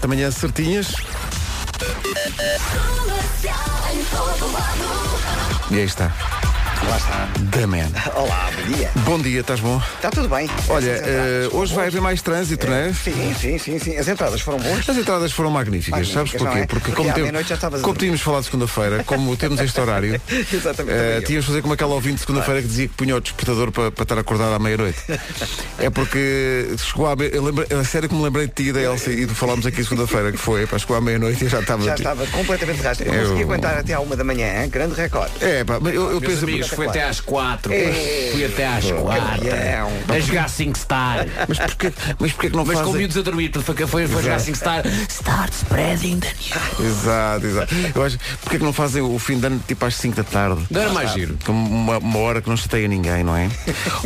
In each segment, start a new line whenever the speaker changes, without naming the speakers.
Amanhã é certinhas. E aí está.
Lá está.
The Man.
Olá, bom dia.
Bom dia, estás bom?
Está tudo bem.
Olha,
As entradas
eh,
foram
hoje vai
boas.
haver mais trânsito, não é?
Eh, Sim, sim, sim, sim. As entradas foram boas.
As entradas foram magníficas,
Magníficas,
sabes porquê?
não é?
Porque,
Porque
como,
à
teve-
meia-noite já estavas a
como
dormir.
tínhamos falado segunda-feira, como temos este horário,
Exatamente,
eh,
também eu.
tínhamos de fazer como aquela ouvinte de segunda-feira que dizia que punha o despertador para, para estar acordado à meia-noite. é porque chegou à meia- eu lembro, a sério que me lembrei de ti e da Elsa e de falámos aqui segunda-feira, que foi, pá, chegou à meia-noite e já estava.
Já estava completamente rastro. Eu
Eu-
consegui aguentar até à uma da manhã, hein? grande recorde.
É, pá, mas eu, eu
Meus
penso.
amigos, fui até às quatro.
Ei,
Fui até às quatro.
campeão.
A jogar Sing Star.
Mas porquê, mas porquê que não
Mas com
fazem?
miúdos a dormir, tudo foi que foi, foi jogar Sing Star. Start spreading the news.
Exato, exato. Eu acho, porquê que não fazem o fim de ano tipo às 5 da tarde?
Não era mais giro.
Com Uma, uma hora que não chateia ninguém, não é?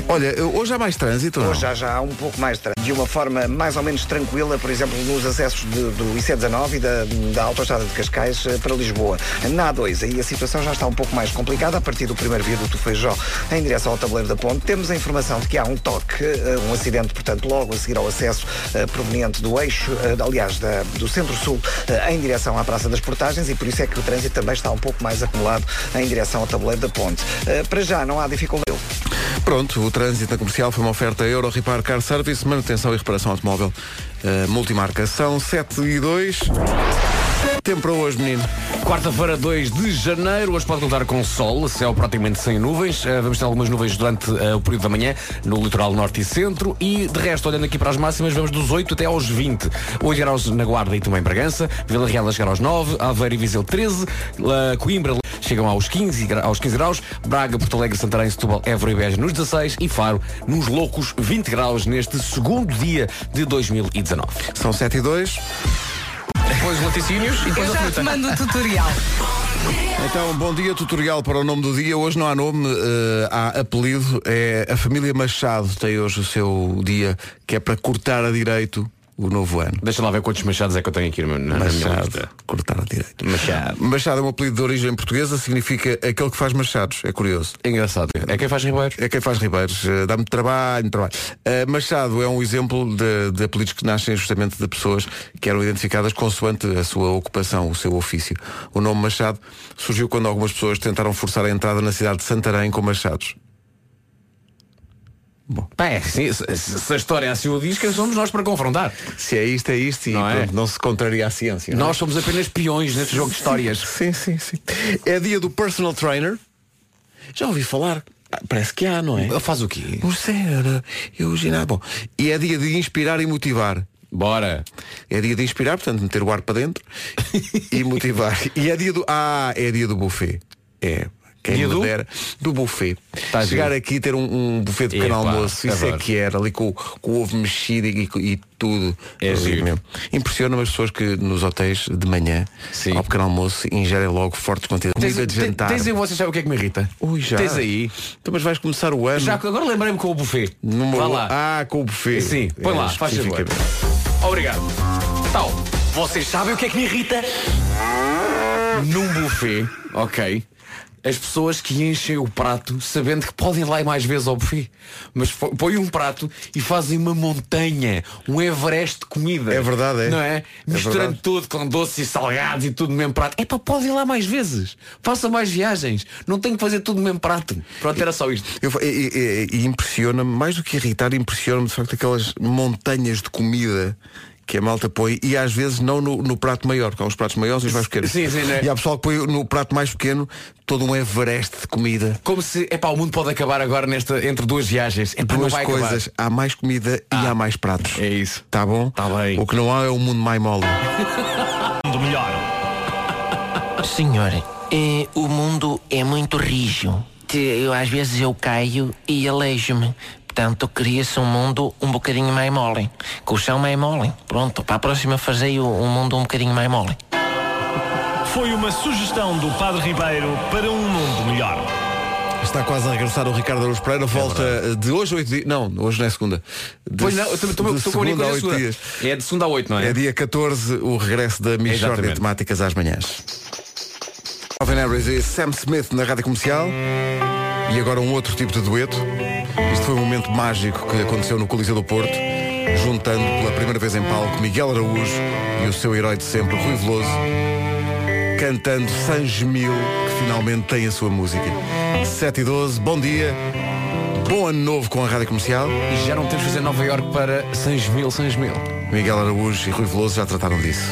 Olha, hoje há mais trânsito, ou não?
Hoje já já há um pouco mais tra- de uma forma mais ou menos tranquila, por exemplo, nos acessos de- do IC19 e da, da Autostrada de Cascais eh, para Lisboa. Na A2, aí a situação já está um pouco mais complicada a partir do primeiro viaduto Feijó em direção ao tabuleiro da ponte. Temos a informação de que há um toque, eh, um acidente, portanto, logo a seguir ao acesso eh, proveniente do eixo, eh, aliás, da- do Centro-Sul eh, em direção à Praça das Portagens e por isso é que o trânsito também está um pouco mais acumulado em direção ao tabuleiro da ponte. Eh, Para já não há dificuldade.
Pronto, o trânsito na comercial foi uma oferta Euro Repar Car Service, manutenção e reparação automóvel eh, multimarca. São 7 e 2. Tempo para hoje, menino.
Quarta-feira, 2 de janeiro. Hoje pode contar com sol, céu praticamente sem nuvens. Eh, vamos ter algumas nuvens durante eh, o período da manhã no litoral norte e centro. E de resto, olhando aqui para as máximas, vamos dos 8 até aos 20. 8 graus na Guarda e também em Bragança. Vila Real a chegar aos 9. Aveiro e Viseu 13. La- Coimbra chegam aos 15, gra- aos 15 graus. Braga, Porto Alegre, Santarém, Setúbal, Évora e Beja nos 16. E Faro nos loucos 20 graus neste segundo dia de 2019.
São 7 e 2.
Depois os laticínios e depois
Eu já te mando o tutorial.
Então, bom dia, tutorial para o nome do dia. Hoje não há nome, eh, há apelido. É a família Machado tem hoje o seu dia, que é para cortar a direito o novo ano.
Deixa lá ver quantos machados é que eu tenho aqui na, na- na minha
Machado,
lista.
cortar a direito.
Machado.
Machado é um apelido de origem portuguesa, significa aquele que faz machados. É curioso.
Engraçado. É quem faz ribeiro.
É quem faz ribeiros, eh, dá-me trabalho, trabalho. Eh, Machado é um exemplo de, de apelidos que nascem justamente de pessoas que eram identificadas consoante a sua ocupação, o seu ofício. O nome Machado surgiu quando algumas pessoas tentaram forçar a entrada na cidade de Santarém com machados.
Pá, é, sim, se, se a história assim o diz, quem somos nós para confrontar?
Se é isto, é isto e
Não
não,
é?
pronto, não se contraria à ciência. não é?
Nós somos apenas peões neste jogo de histórias.
Sim, sim, sim. É dia do personal trainer. Já ouvi falar. Ah, Parece que há, não é?
Faz o quê?
Não sei, é, era- eu ginásio. Bom, e é dia de inspirar e motivar.
Bora.
É dia de inspirar, portanto, meter o ar para dentro e motivar. E é dia do. Ah, é dia do buffet. É. Quem
Dia
me
do?
dera do buffet.
Tá
Chegar
giro.
aqui e ter um, um buffet de pequeno
Epá,
almoço, isso é
adoro.
que era, ali com, com o ovo mexido e, e tudo.
É
Ali
giro.
Impressiona-me as pessoas que nos hotéis de manhã,
Sim.
ao pequeno almoço, ingerem logo fortes quantidades. de Comida de
te-
jantar.
tens aí, vocês sabem o que é que me irrita?
Ui, já.
Tens aí.
Então, mas vais começar o ano.
Já, agora lembrei-me com o buffet.
numa-
Vá lá.
Ah, com o buffet.
Sim, põe
É,
lá, faz favor.
especificamente.
Obrigado. Tal, vocês sabem o que é que me irrita? Num buffet, ok, as pessoas que enchem o prato sabendo que podem ir lá ir mais vezes ao buffet. Mas fo- põem um prato e fazem uma montanha, um Everest de comida.
É verdade, é.
Não é?
É
Misturando
verdade.
tudo com doces e salgados e tudo no mesmo prato. É para podem ir lá mais vezes. Faça mais viagens. Não tem que fazer tudo no mesmo prato. Pronto, era só isto.
Eu fa- e- e- e- e impressiona-me, mais do que irritar, impressiona-me de facto aquelas montanhas de comida que a malta põe e às vezes não no, no prato maior, porque há uns pratos maiores e uns mais pequenos.
Sim, sim, né?
E há pessoal que põe no prato mais pequeno todo um Everest de comida.
Como se, epá, o mundo pode acabar agora nesta, entre duas viagens. Epá, não
Duas
vai
coisas,
acabar.
há mais comida e há mais pratos.
É isso.
Tá bom?
Tá bem.
O que não há é um mundo mais mole.
Senhora, eh, o mundo é muito rijo. Te- Eu, às vezes eu caio e aleijo-me. Portanto, queria-se um mundo um bocadinho mais mole. Com o chão mais mole. Pronto, para a próxima fazei o- um mundo um bocadinho mais mole.
Foi uma sugestão do Padre Ribeiro para um mundo melhor.
Está quase a regressar o Ricardo Aruz Pereira, volta de hoje a oito dias. Não, hoje não é segunda. De,
Pois não, eu também- também
de
estou com a única
segunda a
coisa
oito
segura.
dias.
É de segunda a oito, não é?
É dia 14, o regresso da Michordia de
Exatamente.
Temáticas às manhãs. Alvin Harris e Sam Smith na Rádio Comercial. E agora um outro tipo de dueto. Isto foi um momento mágico que aconteceu no Coliseu do Porto. juntando pela primeira vez em palco Miguel Araújo e o seu herói de sempre, Rui Veloso, cantando Sanjemil, que finalmente tem a sua música. 7 e 12, bom dia, bom ano novo com a Rádio Comercial.
E já não temos de fazer Nova York para 6 mil, 6 mil.
Miguel Araújo e Rui Veloso já trataram disso.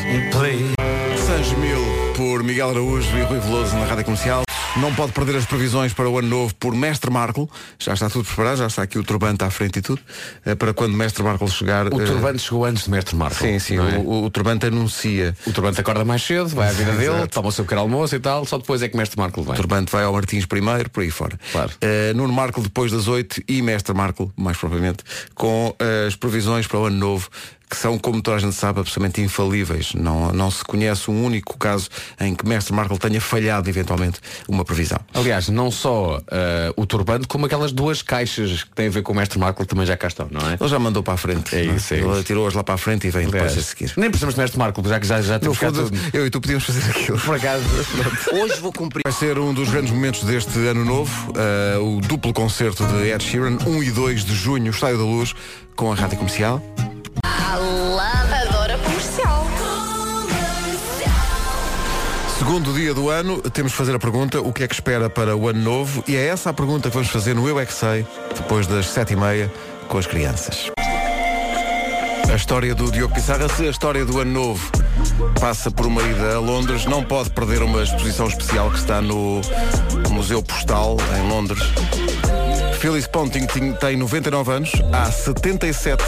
Sanjemil por Miguel Araújo e Rui Veloso na Rádio Comercial. Não pode perder as previsões para o ano novo por Mestre Marco. Já está tudo preparado, já está aqui o turbante à frente e tudo. eh, Para quando Mestre Marco chegar.
O
eh,
turbante chegou antes de Mestre Marco.
Sim, sim.
não é?
O, o- o turbante anuncia.
O turbante acorda mais cedo, vai à vida dele,
Exato.
toma o seu pequeno almoço e tal, só depois é que Mestre Marco
O
vem.
turbante vai ao Martins primeiro, por aí fora.
Claro.
Eh, Nuno Marco depois das 8 e Mestre Marco, mais propriamente, com eh, as previsões para o ano novo, que são, como toda a gente sabe, absolutamente infalíveis. Não, não se conhece um único caso em que Mestre Marco tenha falhado eventualmente uma previsão.
Aliás, não só eh, o turbante, como aquelas duas caixas que têm a ver com o Mestre Marco que também já cá estão, não é?
Ele já mandou para a frente.
É
não
isso, é
Ele
isso.
atirou-as lá para a frente e vem depois a seguir.
Nem precisamos de Mestre Marco, já que já, já
No
temos cá
fundo,
tudo.
eu e tu podíamos fazer aquilo.
Por acaso,
Hoje vou cumprir.
Vai ser um dos grandes momentos deste ano novo, eh, o duplo concerto de Ed Sheeran, 1 e 2 de junho, Estádio da Luz, com a Rádio Comercial.
Adora comercial.
Segundo dia do ano, temos de fazer a pergunta o que é que espera para o ano novo e é essa a pergunta que vamos fazer no Eu É Que Sei, depois das sete e meia, com as crianças. A história do Diogo Pissarra, se a história do ano novo passa por uma ida a Londres, não pode perder uma exposição especial que está no Museu Postal, em Londres. Phyllis Ponting tin- tem 99 anos, há 77.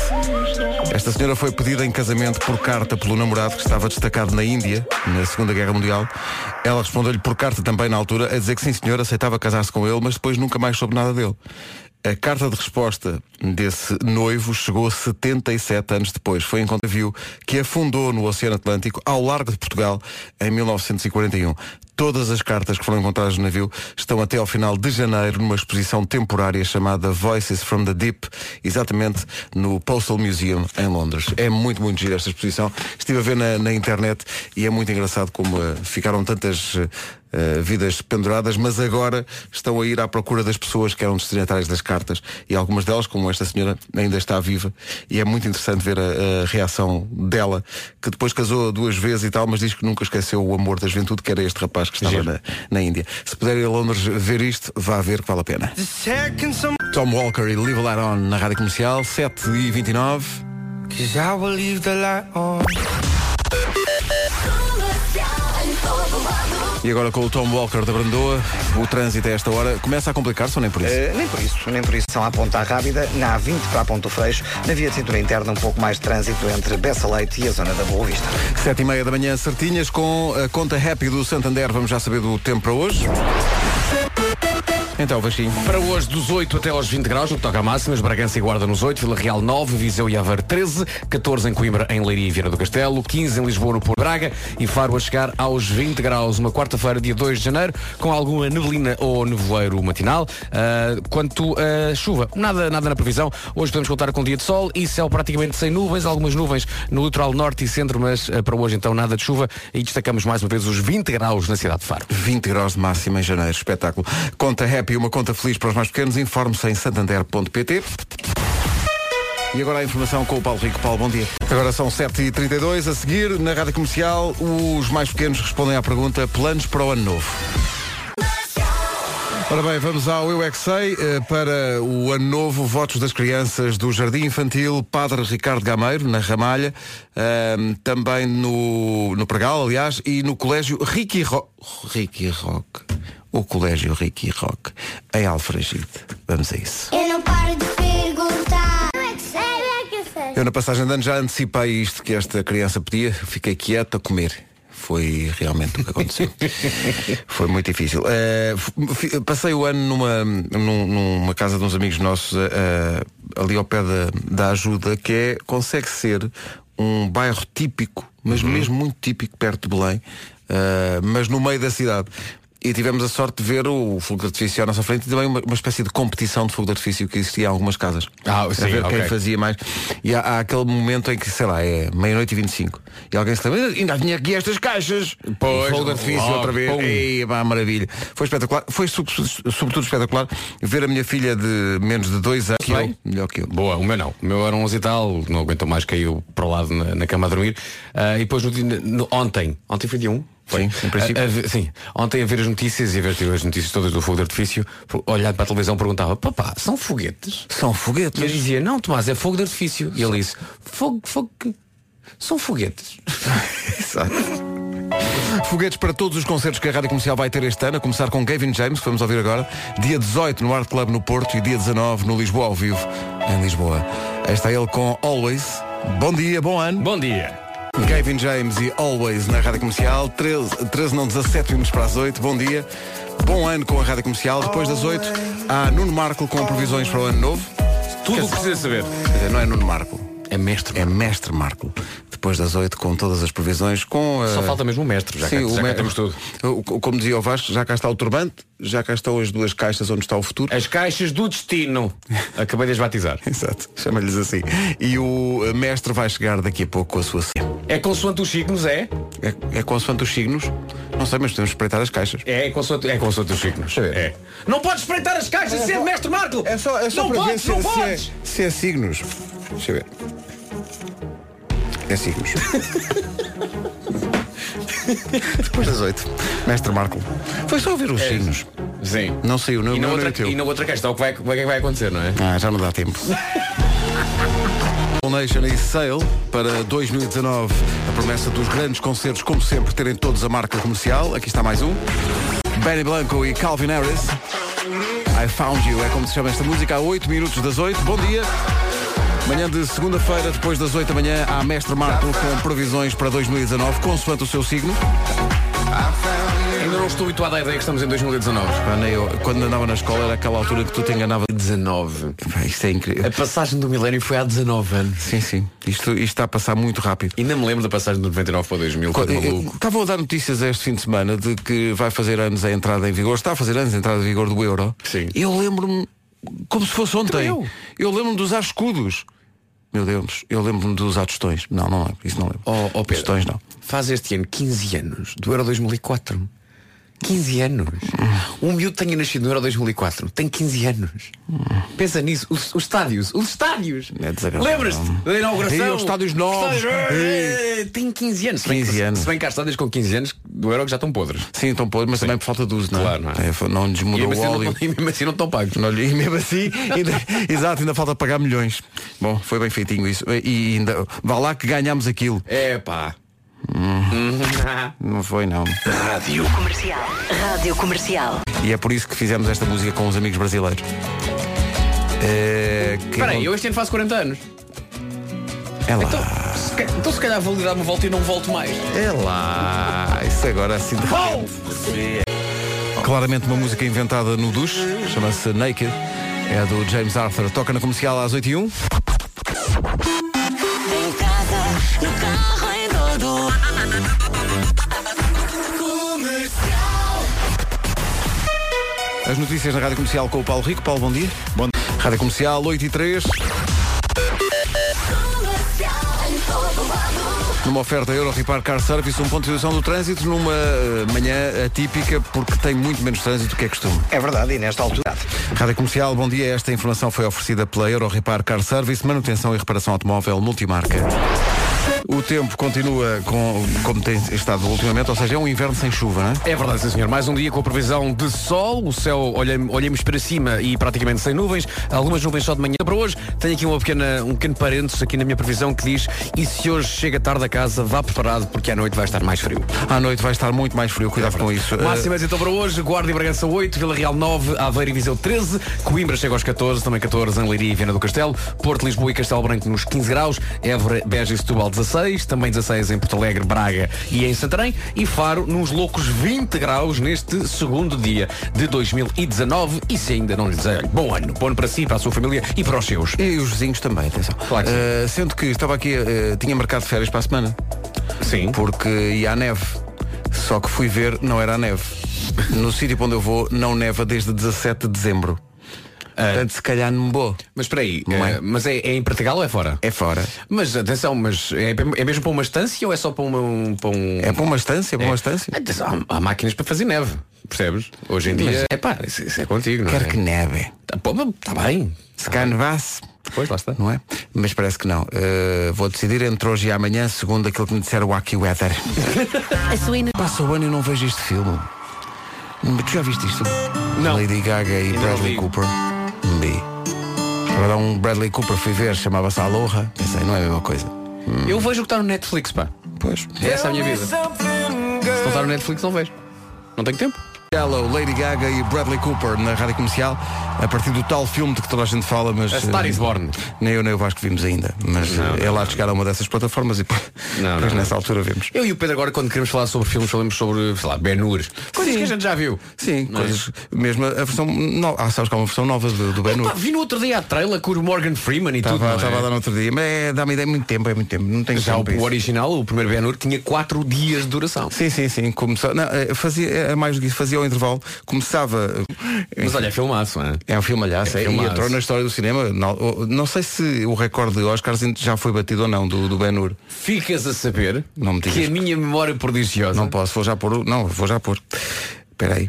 Esta senhora foi pedida em casamento por carta pelo namorado que estava destacado na Índia, na Segunda Guerra Mundial. Ela respondeu-lhe por carta também na altura, a dizer que sim senhor, aceitava casar-se com ele, mas depois nunca mais soube nada dele. A carta de resposta desse noivo chegou 77 anos depois. Foi em Contaviu que afundou no Oceano Atlântico, ao largo de Portugal, em 1941. Todas as cartas que foram encontradas no navio estão até ao final de janeiro numa exposição temporária chamada Voices from the Deep, exatamente no Postal Museum em Londres. É muito, muito gira esta exposição. Estive a ver na, na internet e é muito engraçado como eh, ficaram tantas eh, eh, vidas penduradas, mas agora estão a ir à procura das pessoas que eram destinatárias das cartas e algumas delas, como esta senhora, ainda está viva e é muito interessante ver a, a reação dela, que depois casou duas vezes e tal, mas diz que nunca esqueceu o amor da juventude, que era este rapaz que estava na, na Índia. Se puder ir a Londres ver isto, vá ver que vale a pena. Tom Walker e Live Light On na Rádio Comercial, 7 e 29 E agora com o Tom Walker da Brandoa, o trânsito a esta hora começa a complicar-se ou nem por isso?
Eh, nem por isso, nem por isso. São à ponta rápida, na A20 para a Ponto Freixo, na via de cintura interna um pouco mais de trânsito entre Bessa Leite e a zona da Boa Vista.
Sete e meia da manhã, certinhas, com a conta happy do Santander. Vamos já saber do tempo para hoje. Então, baixinho.
Para hoje, dos 8 até aos 20 graus, no que toca a máximas, Bragança e Guarda nos 8, Vila Real 9, Viseu e Aveiro 13, 14 em Coimbra, em Leiria e Vieira do Castelo, 15 em Lisboa, no Porto de Braga e Faro a chegar aos 20 graus, uma quarta-feira, dia 2 de janeiro, com alguma neblina ou nevoeiro matinal. Ah, quanto a chuva, nada, nada na previsão. Hoje podemos contar com um dia de sol e céu praticamente sem nuvens, algumas nuvens no litoral norte e centro, mas ah, para hoje então nada de chuva e destacamos mais uma vez os 20 graus na cidade de Faro.
20 graus de máxima em janeiro. Espetáculo. Conta happy, uma conta feliz para os mais pequenos. Informe-se em santander.pt. E agora a informação com o Paulo Rico. Paulo, bom dia. Agora são 7h32. A seguir, na rádio comercial, os mais pequenos respondem à pergunta: planos para o ano novo. Ora bem, vamos ao Eu É Que Sei eh, para o Ano Novo, votos das crianças do Jardim Infantil Padre Ricardo Gameiro, na Ramalha, ahm, também no, no Pregal, aliás, e no Colégio Ricky Rock. Ricky Rock. O Colégio Ricky Rock, em Alfragide. Vamos a isso.
Eu não paro de perguntar. Eu é que sei, eu é que sei.
Eu na passagem de ano já antecipei isto que esta criança pedia, fiquei quieto a comer. Foi realmente o que aconteceu. Foi muito difícil. Eh, f- f- passei o ano numa, num- numa casa de uns amigos nossos, eh, eh, ali ao pé da, da ajuda, que é, consegue ser um bairro
Uhum.
típico, mas mesmo muito típico perto de Belém, eh, mas no meio da cidade. e tivemos a sorte de ver o fogo de artifício à nossa frente e também uma, uma espécie de competição de fogo de artifício que existia em algumas casas.
Ah,
Para
sim,
ver
ok.
quem fazia mais. E há, há aquele momento em que, sei lá, é meia-noite e 25. E alguém se lembra, ainda tinha aqui estas caixas.
Pois,
fogo de artifício
logo,
outra vez.
pum.
Ei, pá, maravilha. Foi espetacular. Foi sub- sub- sobretudo espetacular ver a minha filha de menos de dois anos.
Bem.
Melhor que eu.
Boa, o meu não. O meu era 11 e tal, não aguentou mais, caiu para o lado na, na cama a dormir. Ah, e depois no dia- no- ontem, ontem foi dia 1. Foi.
Sim, em princípio.
A- a ver- sim, ontem a ver as notícias e a ver as notícias todas do fogo de artifício, por- olhar para a televisão perguntava, papá, são foguetes?
São
E ele
foguetes.
dizia, não, Tomás, é fogo de artifício. E ele disse, fogo, fogo, que- são foguetes.
Foguetes para todos os concertos que a Rádio Comercial vai ter este ano, a começar com Gavin James, que vamos ouvir agora, dia 18 no Art Club no Porto e dia 19 no Lisboa ao vivo, em Lisboa. Aí está ele com Always. Bom dia, bom ano.
Bom dia.
Gavin James e Always na Rádio Comercial, 13, 13 não, 17 minutos para as 8, bom dia. Bom ano com a Rádio Comercial, depois das 8 há Nuno Marco com previsões para o ano novo.
Tudo o que precisa saber.
Quer dizer, não é Nuno Marco,
É mestre.
é Mestre Marco. Depois das 8 com todas as previsões, com...
Só
eh,
falta mesmo o mestre, já,
Sim,
cá,
o
já cá
me-
temos tudo.
o- o- Como dizia o Vasco, já cá está o turbante, já cá estão as duas caixas onde está o futuro.
As caixas do destino. Acabei de as batizar.
Exato, chama-lhes assim. E o eh, mestre vai chegar daqui a pouco com a sua ceia.
É consoante os signos, é?
É, é consoante os signos? Não sei, mas podemos espreitar as caixas.
É, é consoante, é consoante os signos. É. Não podes espreitar as caixas sem mestre Marco!
É só, é só
não
para
podes,
ver se,
não
se é-
podes!
se é, signos. Deixa eu ver. É signos. Depois das oito. Mestre Marco. Foi só ouvir os signos.
Sim. é
Não saiu, não,
E na,
não, é
outra,
teu.
e na outra caixa está o que vai, o que é que vai acontecer, não é?
Ah, já não dá tempo. Soul Nation e Sale para 2019, a promessa dos grandes concertos, como sempre, terem todos a marca comercial. Aqui está mais um. Benny Blanco e Calvin Harris. I Found You é como se chama esta música, há 8 minutos das 8. Bom dia. Manhã de segunda-feira, depois das 8 da manhã, há Mestre Marco com previsões para 2019, consoante o seu signo.
Ainda não estou habituado à ideia que estamos em 2019.
Pá, Ah, nem eu. Quando andava na escola era aquela altura que tu te enganava.
19.
Pá, Isto é incrível.
passagem do milénio foi há 19 anos.
Sim, sim. Isto, isto está a passar muito rápido.
Ainda me lembro da passagem do 99 para 2000,
Co-
quando maluco.
Estavam a dar notícias este fim de semana de que vai fazer anos a entrada em vigor, está a fazer anos a entrada em vigor do euro.
Sim.
Eu lembro-me como se fosse ontem.
Também eu.
lembro-me de usar escudos. Meu Deus, eu lembro-me de usar tostões. Não, não lembro. Isso não lembro.
Oh, oh, Pedro.
tostões não.
Faz este ano 15 anos do Euro 2004. 15 anos. Um miúdo tenha nascido no Euro 2004. Tem 15 anos. Pensa nisso. Os, os estádios. Os estádios.
É desagradável.
Lembras-te da inauguração?
Ei, os estádios novos.
Os estádios- Tem 15 anos. Se bem que-
15 anos.
Se bem que há estádios com 15 anos do Euro que já estão podres.
Sim, então pode, mas também por falta de uso, não é?
Claro, não é?
É, não lhes
E
mudou
mesmo,
o
assim
óleo.
não, e mesmo assim não estão pagos.
Não lhe- E mesmo assim, ainda, exato, ainda falta pagar milhões. Bom, foi bem feitinho isso. E ainda, vá lá que ganhámos aquilo.
É pá.
Não foi, não.
Rádio Comercial. Rádio Comercial.
E é por isso que fizemos esta música com os amigos brasileiros. É, que
Espera aí, eu este ano faço 40 anos.
É lá,
Então, se, ca- então se calhar vou lhe dar uma volta e não volto mais.
é lá. Isso agora assim de repente. Claramente uma música inventada no duche, chama-se Naked. É do James Arthur. Toca na comercial às 8 e 1
Em casa, no carro, em todo.
As notícias na Rádio Comercial com o Paulo Rico. Paulo, bom dia. Bom dia. Rádio Comercial 8 e 3. Numa oferta Euro Repar Car Service, um ponto de situação do trânsito numa eh, manhã atípica porque tem muito menos trânsito do que é costume.
É verdade, e nesta altura.
Rádio Comercial, bom dia. Esta informação foi oferecida pela Euro Repar Car Service, manutenção e reparação automóvel multimarca. O tempo continua com, como tem estado ultimamente, ou seja, é um inverno sem chuva, não é?
É verdade, sim senhor. Mais um dia com a previsão de sol. O céu, olhem- olhemos para cima e praticamente sem nuvens. Algumas nuvens só de manhã para hoje. Tenho aqui uma pequena, um pequeno parênteses aqui na minha previsão que diz e se hoje chega tarde a casa, vá preparado porque à noite vai estar mais frio.
À noite vai estar muito mais frio,
É
cuidado com isso.
Máximas então para hoje, Guarda e Bragança 8, Vila Real 9, Aveiro e Viseu 13, Coimbra chega aos 14, também 14 em Leiria e Viana do Castelo, Porto, Lisboa e Castelo Branco nos 15 graus, Évora, Beja e Setúbal 16, também 16 em Porto Alegre, Braga e em Santarém e Faro nos loucos 20 graus neste segundo dia de 2019 e se ainda não lhe desejo, bom ano, bom ano para si, para a sua família e para os seus.
Eh, E os vizinhos também, atenção.
Claro que sim.
Eh, sendo que estava aqui, eh, tinha marcado férias para a semana,
Sim.
porque ia à neve. Só que fui ver, não era a neve. No sítio para onde eu vou, não neva desde 17 de dezembro. Portanto, se calhar não vou.
Mas espera aí,
Não é?
eh, mas é, é em Portugal ou é fora?
É fora.
Mas atenção, mas é, é mesmo para uma estância ou é só para, uma, um, para um.
É para uma estância, é para uma estância.
Atenção, Ah, há, há máquinas para fazer neve, percebes? Hoje em dia. É pá, isso, isso é contigo, não
Quero
é?
que neve.
Tá, pô, mas tá bem.
Se cá nevasse,
Pois, lá está.
não é? Mas parece que não. Uh, vou decidir entre hoje e amanhã, segundo aquilo que me disseram o Aki Weather.
A sua ener-
Passa o ano e não vejo este filme. Hum, Tu já viste isto?
Não.
Lady Gaga e
Ainda não
Bradley
vi.
Cooper. Hum, Vi. Agora há um Bradley Cooper, fui ver, chamava-se Aloha. Pensei, não é a mesma coisa.
Eu vejo o que está no Netflix, pá.
Pois.
É essa a minha vida. Se não está no Netflix, não vejo. Não tenho tempo.
Hello, Lady Gaga e Bradley Cooper na rádio comercial, a partir do tal filme de que toda a gente fala, mas. eh,
A Star is Born.
Nem eu nem o Vasco vimos ainda, mas eh, é lá de chegar a uma dessas plataformas e pô,
Não,
depois
não,
nessa altura vemos.
Eu e o Pedro agora, quando queremos falar sobre filmes, falamos sobre, sei lá, Ben Hur. Coisas que a gente já viu.
Sim,
Não é?
coisas. Mesmo a a versão. No... Ah, sabes que há uma versão nova do, do Ben Hur.
Pá, vi no outro dia a trailer com o Morgan Freeman e tudo.
Estava
não é?
estava a dar no outro dia, mas é, dá-me ideia, é muito tempo, é muito tempo. Não tenho
Já
tempo.
o,
para
o
isso.
original, o primeiro Ben Hur, tinha 4 dias de duração.
Sim, sim, sim. Começou. Não, eh, fazia, é mais do que isso, fazia ao intervalo, começava.
Mas olha, é filmaço, não é?
É um filme, aliás,
É
é, e
filmaço.
entrou na história do cinema. Não, não sei se o recorde de Oscars já foi batido ou não, do, do Ben Hur.
Ficas a saber
Não me digas.
que a minha memória prodigiosa.
Não posso, vou já pôr. o- Não, vou já pôr. Espera aí.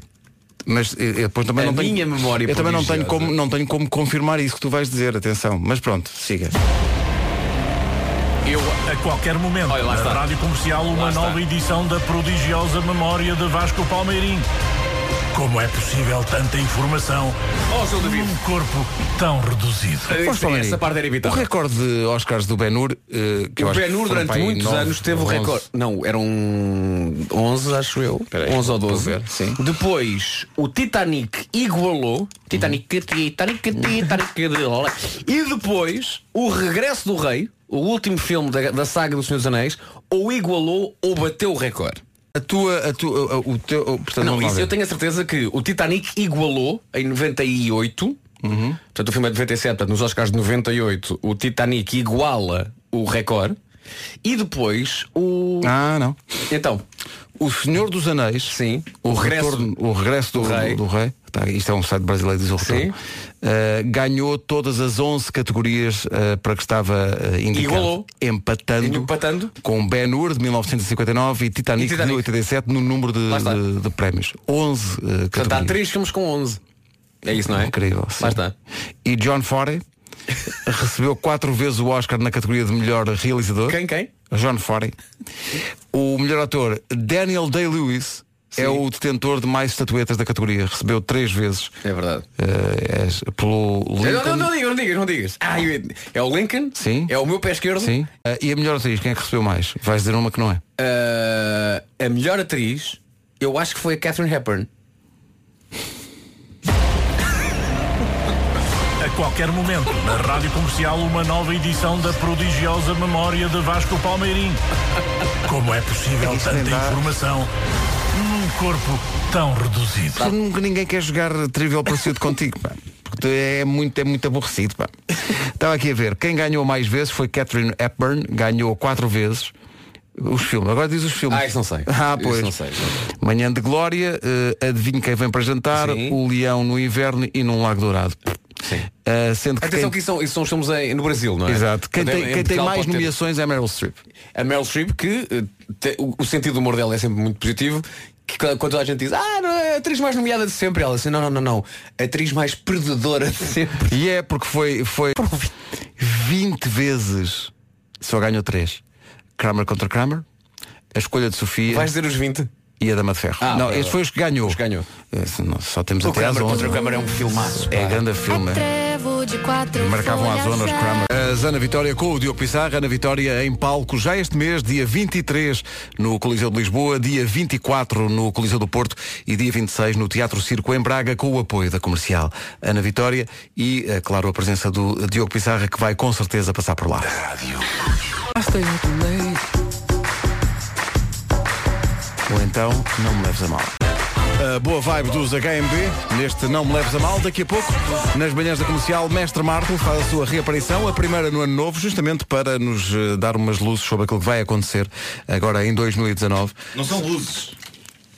Mas eh, eu depois também
A
não tenho.
minha memória
eu também não tenho,
prodigiosa.
como, não tenho como confirmar isso que tu vais dizer, atenção. Mas pronto, siga.
Eu,
A qualquer momento,
Olha, lá
na
está.
Rádio Comercial, uma
Lá está.
nova edição da prodigiosa memória de Vasco Palmeirim. Como é possível tanta informação
oh, seu David.
num corpo tão reduzido?
Vamos falar
Essa
aí.
parte era
O
evitável.
recorde de Oscars do Ben Hur, eh, que eu
O
acho que
Ben
foram
Hur
para
durante
aí
muitos
nove,
anos teve o
onze.
recorde. Não, eram 11, acho eu.
Peraí,
11 ou
vou
12.
ver, sim.
Depois, o Titanic igualou. Titanic, Titanic, Titanic. olha. E depois, o Regresso do Rei, o último filme da, da saga do Senhor dos Anéis, ou igualou ou bateu o recorde.
A tua, a tua, a- eh, o teu, o- portanto,
Não,
não
isso
vale.
eu tenho a certeza que o Titanic igualou em 98. Portanto, o filme é de 97, portanto, nos Oscars de 98, o Titanic iguala o recorde. E depois o.
Ah, não.
Então,
O Senhor dos Anéis,
Sim.
o,
O regresso-
retorno, o regresso do,
do
do-
rei.
do rei, tá, isto é um site brasileiro diz o retorno,
Sim.
eh, ganhou todas as 11 categorias eh, para que estava eh, indicado,
Igualou.
empatando,
Empatando.
com Ben Hur de 1959 e Titanic,
E Titanic.
de 87 no número de,
Lá está.
de- de prémios. 11 eh,
portanto, há
categorias.
três filmes com 11. É isso, não é?
Incrível. sim.
Lá está.
E John Forey recebeu quatro vezes o Oscar na categoria de melhor realizador.
Quem, quem?
John Forey. O melhor ator, Daniel Day-Lewis, é o detentor de mais estatuetas da categoria. Recebeu três vezes
É verdade.
eh, as- pelo Lincoln.
Não, não, não digas, não digas, não digas. Ah, eu- é o Lincoln?
Sim.
É o meu pé esquerdo?
Sim. Eh, e a melhor atriz, quem é que recebeu mais? Vais dizer uma que não é.
Ah, a melhor atriz, eu acho que foi a Catherine Hepburn.
A qualquer momento, na Rádio Comercial, uma nova edição da prodigiosa memória de Vasco Palmeirim. Como é possível
Isto nem
tanta
dá.
informação num corpo tão reduzido?
Tu Nunca ninguém quer jogar Trivial Pursuit contigo, pá. Porque tu é muito, é muito aborrecido, pá. Estava aqui a ver. Quem ganhou mais vezes foi Catherine Hepburn, ganhou quatro vezes. Os filmes, agora diz os filmes.
Ah, isso não sei.
Ah,
Isso
pois.
não sei, isso não sei.
Manhã de Glória, eh, Adivinho quem vem para jantar,
Sim.
O Leão no Inverno e Num Lago Dourado.
Sim.
Eh, sendo que quem...
Atenção que isso são, isso são os filmes em- no Brasil, não é?
Exato. Quem
Portanto,
tem,
em- em
quem tem
Portugal
mais
pode ter
nomeações é Meryl Streep.
A Meryl Streep, que eh, te- o, o sentido do humor dela é sempre muito positivo, que quando quando toda a gente diz, ah, não, é a atriz mais nomeada de sempre, ela assim, não, não, não, não, a atriz mais perdedora de sempre.
E é porque foi, foi 20 vezes só ganhou 3. Kramer contra Kramer, a escolha de Sofia
Vais dizer os 20?
e a Dama de Ferro.
Ah,
não,
ok,
este foi os que ganhou.
Os que ganhou.
Esse não, só temos
O
até às
Kramer
11.
contra o Kramer é um filmaço.
É
pá.
grande filme.
Trevo de quatro
Marcavam a
folhas
zona os
a-
Kramer. A Zana Vitória com o Diogo Pissarra, Ana Vitória em palco já este mês, dia 23 no Coliseu de Lisboa, dia 24 no Coliseu do Porto e dia 26 no Teatro Circo em Braga com o apoio da comercial Ana Vitória e, eh, claro, a presença do Diogo Pissarra que vai com certeza passar por lá. Ou então, não me leves a mal. A boa vibe dos HMB, neste Não Me Leves a Mal, daqui a pouco, nas manhãs da comercial, Mestre Marco faz a sua reaparição, a primeira no Ano Novo, justamente para nos eh, dar umas luzes sobre aquilo que vai acontecer agora em 2019.
Não são luzes.